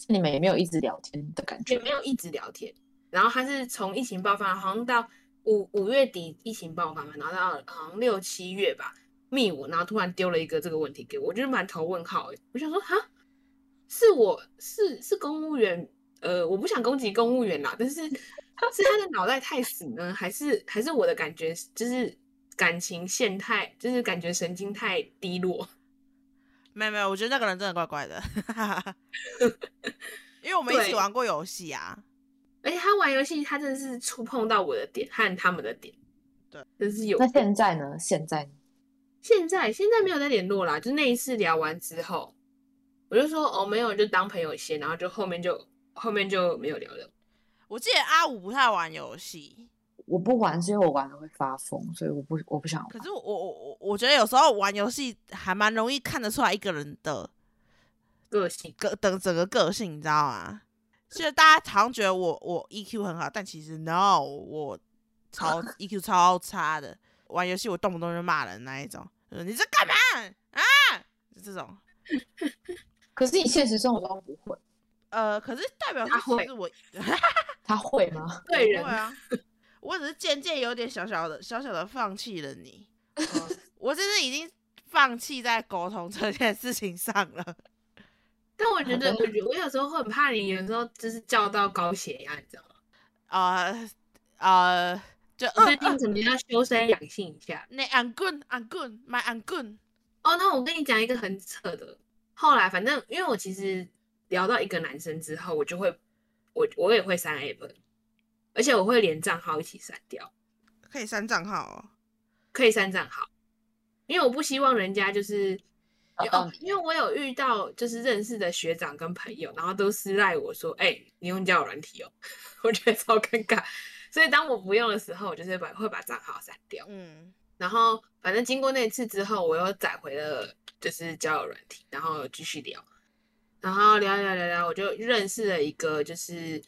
[SPEAKER 3] 你们也没有一直聊天的感
[SPEAKER 2] 也
[SPEAKER 3] 觉。
[SPEAKER 2] 没有一直聊天。然后他是从疫情爆发，好像到五五月底疫情爆发嘛，然后到好像六七月吧，密我，然后突然丢了一个这个问题给我，我就是满头问号欸、我想说哈，是我是是公务员，呃，我不想攻击公务员啦，但是是他的脑袋太死呢，还是还是我的感觉就是感情线太，就是感觉神经太低落。
[SPEAKER 1] 没有没有，我觉得那个人真的怪怪 的，因为我们一起
[SPEAKER 2] 对
[SPEAKER 1] 玩过游戏啊，
[SPEAKER 2] 而且他玩游戏，他真的是触碰到我的点和他们的点，
[SPEAKER 1] 对，
[SPEAKER 2] 真是有
[SPEAKER 3] 那现在呢？现在呢
[SPEAKER 2] 现在现在没有再联络啦，就那一次聊完之后，我就说哦没有，就当朋友先，然后就后面就后面就没有聊了。
[SPEAKER 1] 我记得阿五不太玩游戏，
[SPEAKER 3] 我不玩，是因为我玩了会发疯，所以我不我不想玩。
[SPEAKER 1] 可是我我我我觉得有时候玩游戏还蛮容易看得出来一个人的
[SPEAKER 2] 个性
[SPEAKER 1] 个等整个个性，你知道吗？就是大家常觉得我我 EQ 很好，但其实 no，我 超 EQ 超差的。玩游戏我动不动就骂人那一种，就说你在干嘛啊？就这种。
[SPEAKER 3] 可是你现实生活中不会，
[SPEAKER 1] 呃，可是代表
[SPEAKER 2] 他
[SPEAKER 1] 说
[SPEAKER 2] 会
[SPEAKER 1] 其实我
[SPEAKER 3] 他会吗？
[SPEAKER 2] 对
[SPEAKER 1] 对
[SPEAKER 2] 人，
[SPEAKER 1] 啊，我只是渐渐有点小小的小小的放弃了你，
[SPEAKER 2] 哦
[SPEAKER 1] 我真是已经放弃在沟通这件事情上了。
[SPEAKER 2] 但我觉得
[SPEAKER 3] 好
[SPEAKER 2] 我觉我有时候会很怕你，有时候就是叫到高血压，你知道吗？
[SPEAKER 1] 呃呃，就
[SPEAKER 2] 我最近怎么样修身养性一下？
[SPEAKER 1] 那 I'm good, I'm good, my I'm good。
[SPEAKER 2] 哦，那我跟你讲一个很扯的。后来反正因为我其实聊到一个男生之后，我就会我我也会删 app，而且我会连账号一起删掉。
[SPEAKER 1] 可以删账号哦。
[SPEAKER 2] 可以删账号，因为我不希望人家就是，
[SPEAKER 3] 找
[SPEAKER 2] 因为
[SPEAKER 3] 到
[SPEAKER 2] 哦
[SPEAKER 3] 你
[SPEAKER 2] 因为我有遇到就是认识的学长跟朋友，然后都私赖我说，哎、你用交友软体哦， 我觉得超尴尬。所以当我不用的时候，我就是把会把账号删掉。
[SPEAKER 1] 嗯，
[SPEAKER 2] 然后反正经过那次之后，我又载回了就是交友软体，然后继续聊，然后聊聊聊聊，我就认识了一个就是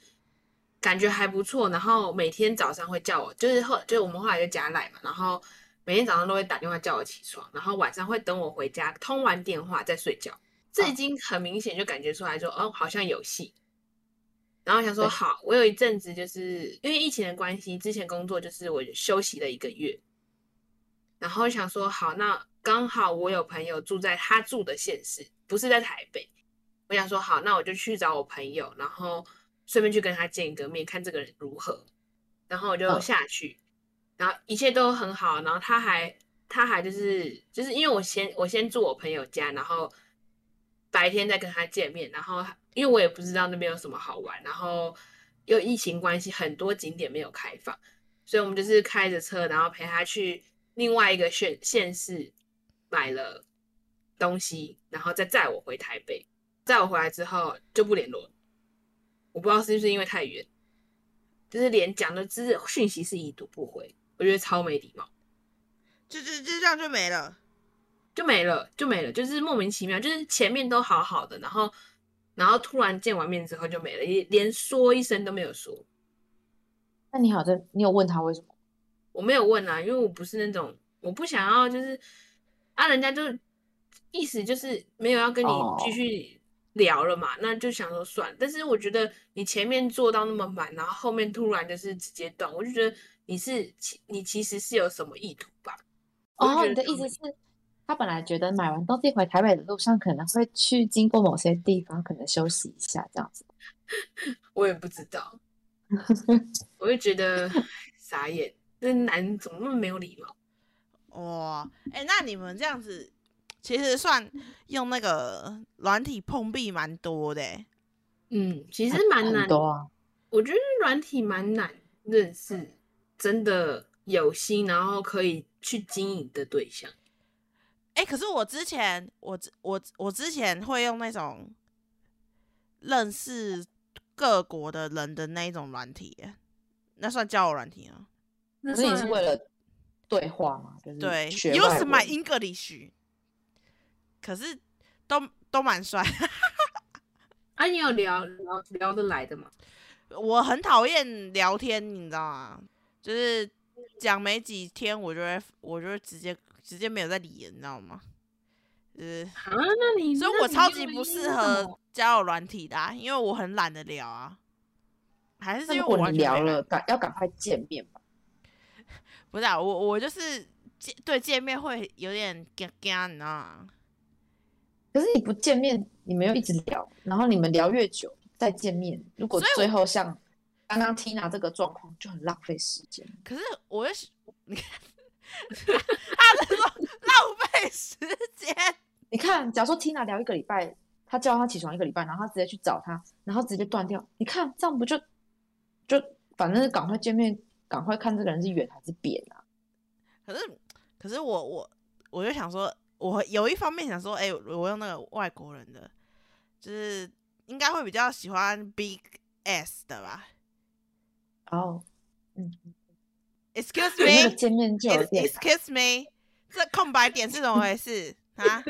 [SPEAKER 2] 感觉还不错，然后每天早上会叫我，就是后就是我们后来就加赖嘛，然后每天早上都会打电话叫我起床，然后晚上会等我回家通完电话再睡觉，这已经很明显就感觉出来说，哦，好像有戏。然后想说
[SPEAKER 3] 对
[SPEAKER 2] 好，我有一阵子就是因为疫情的关系，之前工作就是我休息了一个月，然后想说好，那刚好我有朋友住在他住的县市，不是在台北。我想说好，那我就去找我朋友，然后顺便去跟他见个面，看这个人如何。然后我就
[SPEAKER 3] 嗯
[SPEAKER 2] 下去，然后一切都很好，然后他还他还就是就是因为我先我先住我朋友家，然后白天再跟他见面，然后因为我也不知道那边有什么好玩，然后又疫情关系，很多景点没有开放。所以我们就是开着车，然后陪他去另外一个县县市买了东西，然后再载我回台北。载我回来之后就不联络了，我不知道是不是因为太远，就是连讲的只是讯息是已读不回，我觉得超没礼貌，
[SPEAKER 1] 就就就这样就没了。
[SPEAKER 2] 就没了，就没了，就是莫名其妙，就是前面都好好的，然后然后突然见完面之后就没了，也连说一声都没有说。
[SPEAKER 3] 那你好像你有问他为什么？
[SPEAKER 2] 我没有问啊，因为我不是那种我不想要就是啊，人家就意思就是没有要跟你
[SPEAKER 3] 哦
[SPEAKER 2] 继续聊了嘛那就想说算了。但是我觉得你前面做到那么满，然后后面突然就是直接断，我就觉得你是其你其实是有什么意图吧？我就
[SPEAKER 3] 哦，
[SPEAKER 2] 觉
[SPEAKER 3] 你
[SPEAKER 2] 得
[SPEAKER 3] 的
[SPEAKER 2] 他
[SPEAKER 3] 意思
[SPEAKER 2] 们
[SPEAKER 3] 是，他本来觉得买完东西回台北的路上，可能会去经过某些地方，可能休息一下这样子。
[SPEAKER 2] 我也不知 道，我就觉得 傻眼，这男怎么那么没有礼貌？
[SPEAKER 1] 哇，哎、那你们这样子，其实算用那个软体碰壁蛮多的、欸。
[SPEAKER 2] 嗯，其实
[SPEAKER 3] 很
[SPEAKER 2] 蛮
[SPEAKER 3] 很
[SPEAKER 2] 难
[SPEAKER 3] 多啊，
[SPEAKER 2] 我觉得软体蛮难认识真的有心，然后可以去经营的对象。
[SPEAKER 1] 哎、可是我之前，我之我我之前会用那种认识各国的人的那一种软体欸、那算交友软体啊？
[SPEAKER 2] 那
[SPEAKER 3] 可是你是
[SPEAKER 2] 算
[SPEAKER 3] 为了对话嘛，就是
[SPEAKER 1] 对
[SPEAKER 3] 嗯学外
[SPEAKER 1] ，Use my
[SPEAKER 3] 文
[SPEAKER 1] English，可是都都蛮帅。
[SPEAKER 2] 啊，你有聊聊聊得来的吗？
[SPEAKER 1] 我很讨厌聊天，你知道吗？就是讲没几天，我就会我就会直接直接没有在理人，你知道吗？就是，
[SPEAKER 2] 啊，那你
[SPEAKER 1] 所以
[SPEAKER 2] 那
[SPEAKER 1] 我
[SPEAKER 2] 你
[SPEAKER 1] 超
[SPEAKER 2] 用
[SPEAKER 1] 级不
[SPEAKER 2] 的应该
[SPEAKER 1] 适
[SPEAKER 2] 是什
[SPEAKER 1] 合
[SPEAKER 2] 么
[SPEAKER 1] 交友软体的、啊，因为我很懒得聊啊。还是
[SPEAKER 3] 那
[SPEAKER 1] 因为
[SPEAKER 3] 如
[SPEAKER 1] 我
[SPEAKER 3] 果
[SPEAKER 1] 完
[SPEAKER 3] 你
[SPEAKER 1] 全没
[SPEAKER 3] 聊
[SPEAKER 1] 来
[SPEAKER 3] 了，赶要赶快见面吧。
[SPEAKER 1] 不是啊，我我就是见对见面会有点尴尬，你知道吗？
[SPEAKER 3] 可是你不见面，你们又一直聊，然后你们聊越久再见面，如果
[SPEAKER 1] 所以我
[SPEAKER 3] 最后像刚刚 Tina 这个状况，就很浪费时间。
[SPEAKER 1] 可是我 又是，你看，他是说浪费时间，
[SPEAKER 3] 你看，假如说 Tina 聊一个礼拜，他叫他起床一个礼拜，然后他直接去找他，然后直接断掉。你看这样不就就反正赶快见面，赶快看这个人是远还是扁啊？
[SPEAKER 1] 可是，可是我我我就想说，我有一方面想说，哎、我用那个外国人的，就是应该会比较喜欢 big s 的吧
[SPEAKER 3] 然后
[SPEAKER 1] ？Excuse
[SPEAKER 3] 那个
[SPEAKER 1] me，Excuse
[SPEAKER 3] 见面就有点
[SPEAKER 1] me，这空白点是怎么回事啊？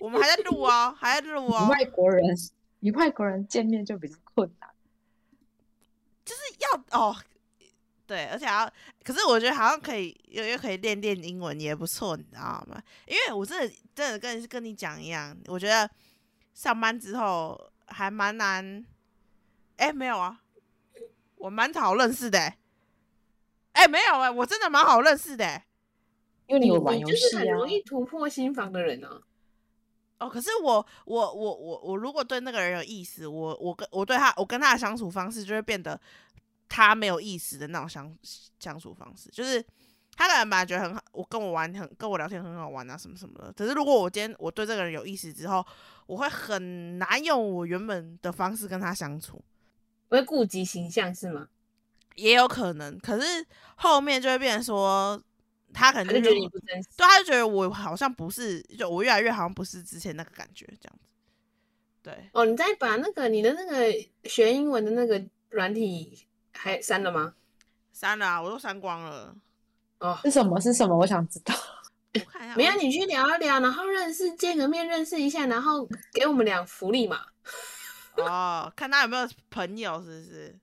[SPEAKER 1] 我们还在录哦，还在录
[SPEAKER 3] 你
[SPEAKER 1] 哦，
[SPEAKER 3] 外国人，你外国人见面就比较困难。
[SPEAKER 1] 要哦。对，而且还要，可是我觉得好像可以，又又可以练练英文，也不错，你知道吗？因为我真的真的跟跟你讲一样，我觉得上班之后还蛮难。哎、没有啊，我蛮好认识的、欸。哎、没有哎、我真的蛮好认识的、欸。
[SPEAKER 3] 因为你有玩
[SPEAKER 2] 你
[SPEAKER 3] 游
[SPEAKER 2] 就是
[SPEAKER 3] 戏
[SPEAKER 2] 很
[SPEAKER 3] 啊，
[SPEAKER 2] 容易突破心房的人啊。
[SPEAKER 1] 哦，可是我我我我我如果对那个人有意思，我我跟我对他我跟他的相处方式就会变得他没有意思的那种相相处方式，就是他可能本来觉得很好，我跟我玩很跟我聊天很好玩啊什么什么的。可是如果我今天我对这个人有意思之后，我会很难用我原本的方式跟他相处，
[SPEAKER 2] 我会顾及形象是吗？
[SPEAKER 1] 也有可能。可是后面就会变成说，他可
[SPEAKER 2] 他
[SPEAKER 1] 能
[SPEAKER 2] 就
[SPEAKER 1] 就
[SPEAKER 2] 觉得你不真实。
[SPEAKER 1] 对，他就觉得我好像不是，就我越来越好像不是之前那个感觉这样子。对。
[SPEAKER 2] 哦，你再把那个你的那个学英文的那个软体还删了吗？
[SPEAKER 1] 删了、啊，我都删光了。
[SPEAKER 2] 哦，
[SPEAKER 3] 是什么是什么？我想知道。
[SPEAKER 1] 我看一下，
[SPEAKER 2] 没有
[SPEAKER 1] 我
[SPEAKER 2] 你去聊一聊，然后认识见个面认识一下，然后给我们俩福利嘛。
[SPEAKER 1] 哦，看他有没有朋友，是不是？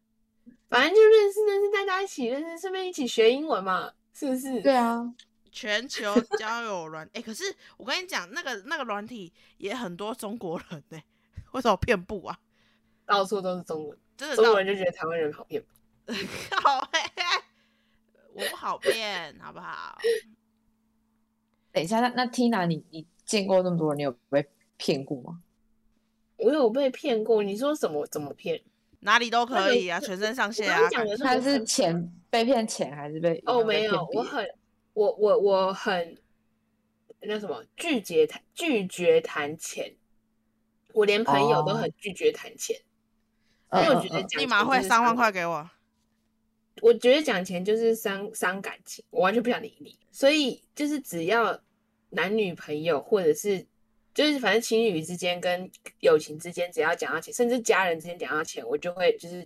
[SPEAKER 2] 反正就认识认识，大家一起认识，顺便一起学英文嘛，是不是？
[SPEAKER 3] 对，啊，
[SPEAKER 1] 全球交友软，哎、可是我跟你讲，那个那个软体也很多中国人呢、 为什么遍布啊？
[SPEAKER 2] 到处都是中文，
[SPEAKER 1] 真的
[SPEAKER 2] 中
[SPEAKER 1] 到
[SPEAKER 2] 国人就觉得台湾人好骗。
[SPEAKER 1] 靠哎、 我不好变，好不好？
[SPEAKER 3] 等一下，那那 Tina，你你见过那么多人，你有被骗过吗？
[SPEAKER 2] 我有被骗过，你说怎么怎么骗？
[SPEAKER 1] 哪里都可以啊，
[SPEAKER 2] 那个
[SPEAKER 1] 全身上
[SPEAKER 2] 我
[SPEAKER 1] 下
[SPEAKER 2] 刚
[SPEAKER 1] 啊
[SPEAKER 2] 刚，讲的是
[SPEAKER 3] 他
[SPEAKER 2] 我
[SPEAKER 3] 是
[SPEAKER 2] 很
[SPEAKER 3] 钱被骗钱，还是被
[SPEAKER 2] 哦，没
[SPEAKER 3] 有
[SPEAKER 2] 有，我
[SPEAKER 3] 被骗别
[SPEAKER 2] 很我我我很那什么拒绝谈拒绝谈钱，我连朋友都
[SPEAKER 3] 哦
[SPEAKER 2] 很拒绝谈钱，
[SPEAKER 3] 嗯
[SPEAKER 2] 因为
[SPEAKER 3] 嗯
[SPEAKER 2] 我觉得
[SPEAKER 3] 嗯
[SPEAKER 2] 讲
[SPEAKER 1] 立马
[SPEAKER 2] 钱
[SPEAKER 1] 汇
[SPEAKER 2] 就是
[SPEAKER 1] 三万
[SPEAKER 2] 伤
[SPEAKER 1] 块给我。
[SPEAKER 2] 我觉得讲钱就是伤伤感情，我完全不想理你。所以就是只要男女朋友或者是就是反正情侣之间跟友情之间，只要讲到钱，甚至家人之间讲到钱，我就会就是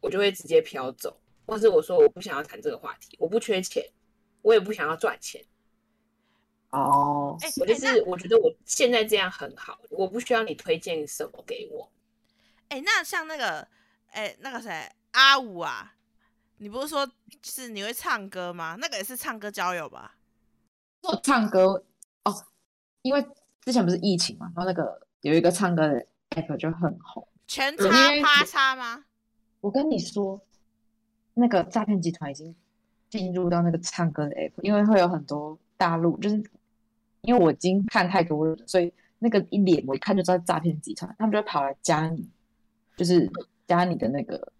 [SPEAKER 2] 我就会直接飘走，或是我说我不想要谈这个话题，我不缺钱，我也不想要赚钱，
[SPEAKER 3] 哦，
[SPEAKER 1] 哎、
[SPEAKER 2] 我
[SPEAKER 1] 哎
[SPEAKER 2] 就是我觉得我现在这样很好，我不需要你推荐什么给我。
[SPEAKER 1] 那哎、那像那个哎、那个谁阿五啊，你不是说是你会唱歌吗？那个也是唱歌交友吧？
[SPEAKER 3] 我唱歌哦，因为之前不是疫情嘛，然后那个有一个唱歌的 app 就很红。
[SPEAKER 1] 全
[SPEAKER 2] 嗯
[SPEAKER 1] 叉
[SPEAKER 3] 因为
[SPEAKER 1] 啪叉吗？
[SPEAKER 3] 我跟你说，那个诈骗集团已经进入到那个唱歌的 app，因为会有很多大陆，就是因为我已经看太多了，所以那个一脸我一看就知道是诈骗集团，他们就会跑来加你，就是加你的那个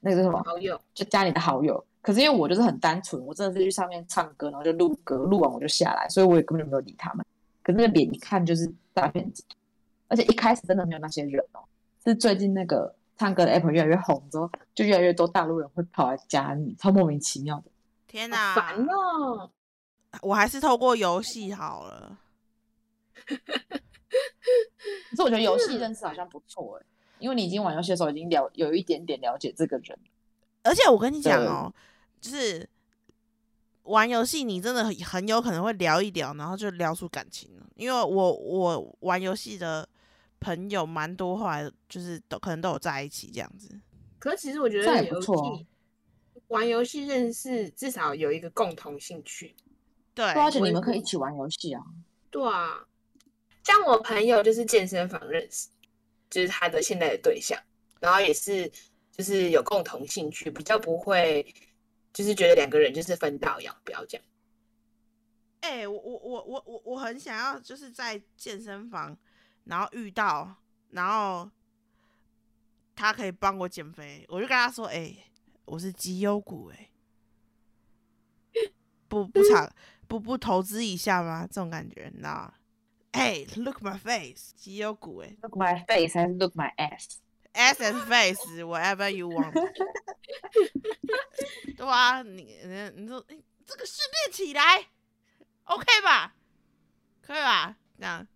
[SPEAKER 3] 那个叫什么，
[SPEAKER 2] 好友，
[SPEAKER 3] 就加你的好友。可是因为我就是很单纯，我真的是去上面唱歌，然后就录歌，录完我就下来，所以我也根本就没有理他们。可是那个脸一看就是诈骗集团，而且一开始真的没有那些人哦，是最近那个唱歌的 app 越来越红之后，就越来越多大陆人会跑来加你，超莫名其妙的。
[SPEAKER 1] 天哪、
[SPEAKER 2] 好烦哦！
[SPEAKER 1] 我还是透过游戏好了。
[SPEAKER 3] 可是我觉啊得游戏认识好像不错哎、因为你已经玩游戏的时候已经了有一点点了解这个人了，
[SPEAKER 1] 而且我跟你讲哦，就是玩游戏，你真的很很有可能会聊一聊，然后就聊出感情了。因为我我玩游戏的朋友蛮多，后来就是都可能都有在一起这样子。
[SPEAKER 2] 可是其实我觉
[SPEAKER 3] 这
[SPEAKER 2] 得
[SPEAKER 3] 样也不
[SPEAKER 2] 游
[SPEAKER 3] 错哦
[SPEAKER 2] 戏玩游戏认识至少有一个共同兴趣，
[SPEAKER 1] 对，
[SPEAKER 3] 对啊，而且
[SPEAKER 2] 我
[SPEAKER 3] 你
[SPEAKER 2] 也
[SPEAKER 3] 们可以
[SPEAKER 2] 是
[SPEAKER 3] 一起玩游戏啊。
[SPEAKER 2] 对啊，像我朋友就是健身房认识，就是他的现在的对象，然后也是就是有共同兴趣，比较不会就是觉得两个人就是分道扬镳这样。
[SPEAKER 1] 哎、我我我我我我很想要，就是在健身房，然后遇到，然后他可以帮我减肥，我就跟他说，哎、我是绩优股、哎，不不长不不投资一下吗？这种感觉，你知道吗？哎、l o o k my face，绩优股、
[SPEAKER 3] Look my face 还是 Look my ass？
[SPEAKER 1] 哎，ass and face，whatever you want，对啊，你你你说、哎这个训练起来，OK 吧？可以吧？这样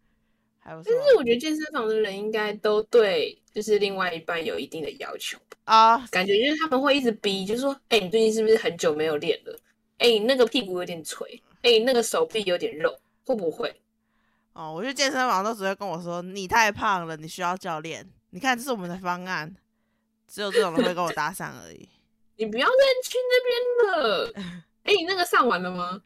[SPEAKER 1] 还有什
[SPEAKER 2] 但是
[SPEAKER 1] 么
[SPEAKER 2] 我觉得健身房的人应该都对就是另外一半有一定的要求，
[SPEAKER 1] 啊、
[SPEAKER 2] 感觉就是他们会一直逼，就是说，哎、你最近是不是很久没有练了？哎、你那个屁股有点垂，哎、你那个手臂有点肉，会不会？
[SPEAKER 1] 哦，我去健身房都只会跟我说你太胖了，你需要教练。你看，这是我们的方案，只有这种人会跟我搭讪而已。
[SPEAKER 2] 你不要再去那边了。哎、你那个上完了吗？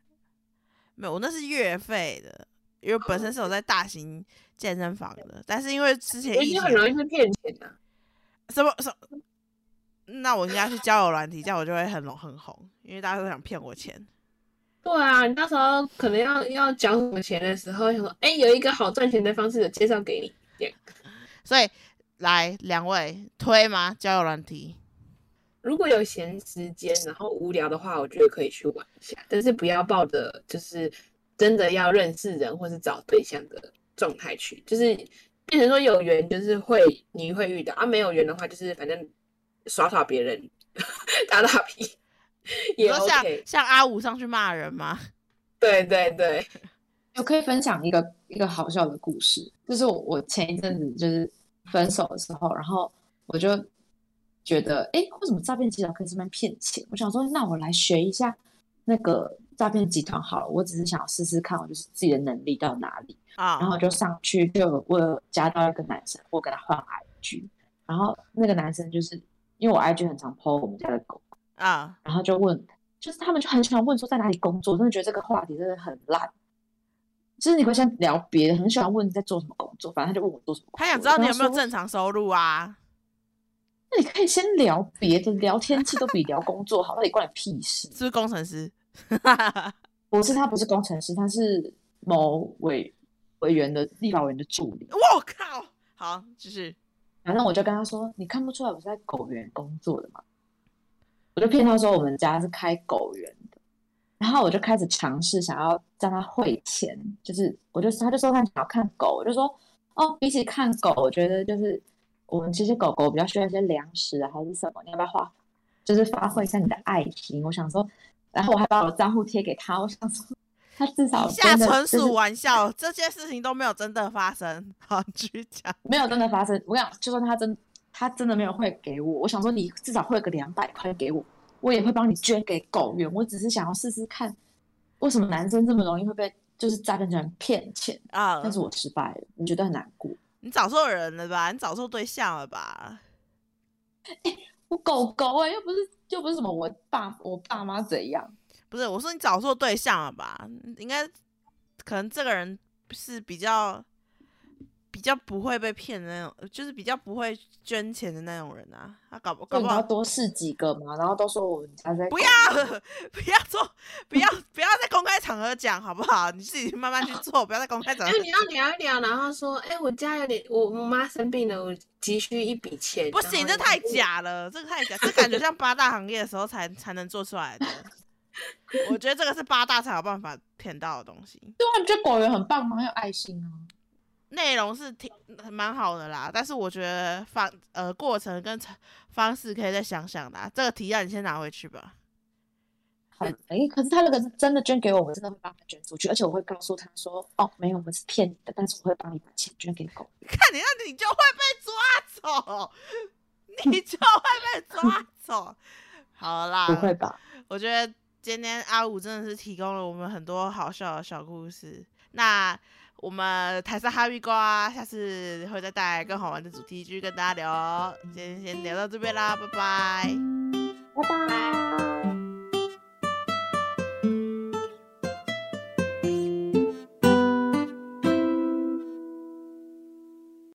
[SPEAKER 1] 没有，我那是月费的，因为本身是有在大型健身房的，但是因为之前
[SPEAKER 2] 我
[SPEAKER 1] 疫
[SPEAKER 2] 觉
[SPEAKER 1] 情
[SPEAKER 2] 得很容易被骗钱的、
[SPEAKER 1] 什么什么，那我应该去交友软体，这样我就会很红很红，因为大家都想骗我钱。
[SPEAKER 2] 对啊，你到时候可能要要缴什么钱的时候，想说，哎、有一个好赚钱的方式，介绍给你。
[SPEAKER 1] 所以来两位推吗？交友软体？
[SPEAKER 2] 如果有闲时间，然后无聊的话，我觉得可以去玩一下，但是不要抱着就是真的要认识人或是找对象的状态去，就是变成说有缘就是会你会遇到啊，没有缘的话就是反正耍耍别人， 打打屁
[SPEAKER 1] 你
[SPEAKER 2] 也
[SPEAKER 1] 说像
[SPEAKER 2] OK。
[SPEAKER 1] 像阿五上去骂人吗？
[SPEAKER 2] 对对对，
[SPEAKER 3] 我可以分享一个一个好笑的故事，就是我我前一阵子就是分手的时候，然后我就觉得，哎，为什么诈骗集团可以这么骗钱？我想说，那我来学一下那个诈骗集团好了，我只是想要试试看，我就是自己的能力到哪里。
[SPEAKER 1] 啊、
[SPEAKER 3] 然后就上去就有我有加到一个男生，我跟他换 IG，然后那个男生就是因为我 IG 很常 po 我们家的狗，
[SPEAKER 1] 啊，
[SPEAKER 3] 然后就问，就是他们就很喜欢问说在哪里工作，真的觉得这个话题真的很烂。就是你会先聊别的，很喜欢问你在做什么工作，反正他就问我做什么工作。
[SPEAKER 1] 他想知道
[SPEAKER 3] 我跟
[SPEAKER 1] 你
[SPEAKER 3] 他
[SPEAKER 1] 有没有
[SPEAKER 3] 说
[SPEAKER 1] 正常收入啊？
[SPEAKER 3] 那你可以先聊别的，聊天气都比聊工作好，到底关你屁事？
[SPEAKER 1] 是不是工程师？
[SPEAKER 3] 不是他不是工程师，他是某委委员的立法委员的助理。
[SPEAKER 1] 我靠！好，就是
[SPEAKER 3] 反啊正我就跟他说，你看不出来我是在狗园工作的嘛，我就骗他说我们家是开狗园的，然后我就开始尝试想要让他汇钱，就是我就他就说他想要看狗，我就说哦，比起看狗，我觉得就是我们这些狗狗比较需要一些粮食啊，还是什么，你要不要画，就是发挥一下你的爱心？我想说，然后我还把我的账户贴给他，我想说他至少
[SPEAKER 1] 以下
[SPEAKER 3] 哦真的
[SPEAKER 1] 纯
[SPEAKER 3] 就是
[SPEAKER 1] 属玩笑，这些事情都没有真的发生。好，你继续讲。
[SPEAKER 3] 没有真的发生。我跟你讲，就算他真他真的没有汇给我，我想说你至少汇个两百块给我，我也会帮你捐给狗院。我只是想要试试看，为什么男生这么容易会被就是诈骗集团骗钱？
[SPEAKER 1] 啊、
[SPEAKER 3] 但是我失败了，我觉得很难过。
[SPEAKER 1] 你找错人了吧？你找错对象了吧？
[SPEAKER 3] 我狗狗哎、又不是又不是什么我爸我爸妈怎样，
[SPEAKER 1] 不是，我说你找错对象了吧？应该可能这个人是比较比较不会被骗的那种，就是比较不会捐钱的那种人啊。他搞不
[SPEAKER 3] 就
[SPEAKER 1] 搞
[SPEAKER 3] 你
[SPEAKER 1] 不
[SPEAKER 3] 要
[SPEAKER 1] 好
[SPEAKER 3] 多试几个嘛，然后都说我们家在
[SPEAKER 1] 不要 不要做，不要不要在公开场合讲好不好？你自己慢 慢去做，不要在公开场合
[SPEAKER 2] 就。你要聊一聊，然后说，哎、我家有点，我我妈生病了，我急需一笔钱。
[SPEAKER 1] 不
[SPEAKER 2] 然
[SPEAKER 1] 行，
[SPEAKER 2] 后
[SPEAKER 1] 这
[SPEAKER 2] 你
[SPEAKER 1] 太假了，这个太假，这感觉像八大行业的时候才才能做出来的。 我觉得这个是八大才有办法骗到的东西。
[SPEAKER 3] 对啊，你觉得狗园很棒吗？很有爱心啊。
[SPEAKER 1] 内容是挺蛮好的啦，但是我觉得方呃过程跟成方式可以再想想啦。这个提案你先拿回去 吧。
[SPEAKER 3] 好，哎、可是他那个是真的捐给我，我真的会帮他捐出去，而且我会告诉他说，哦，没有，我们是骗你的，但是我会帮你把钱捐给狗。
[SPEAKER 1] 看你那你就会被抓走，你就会被抓走。 好啦，
[SPEAKER 3] 不会吧？
[SPEAKER 1] 我觉得今天阿五真的是提供了我们很多好笑的小故事。那我们台上哈密瓜下次会再带来更好玩的主题去跟大家聊哦。今天先聊到这边啦，拜拜。
[SPEAKER 3] 拜拜。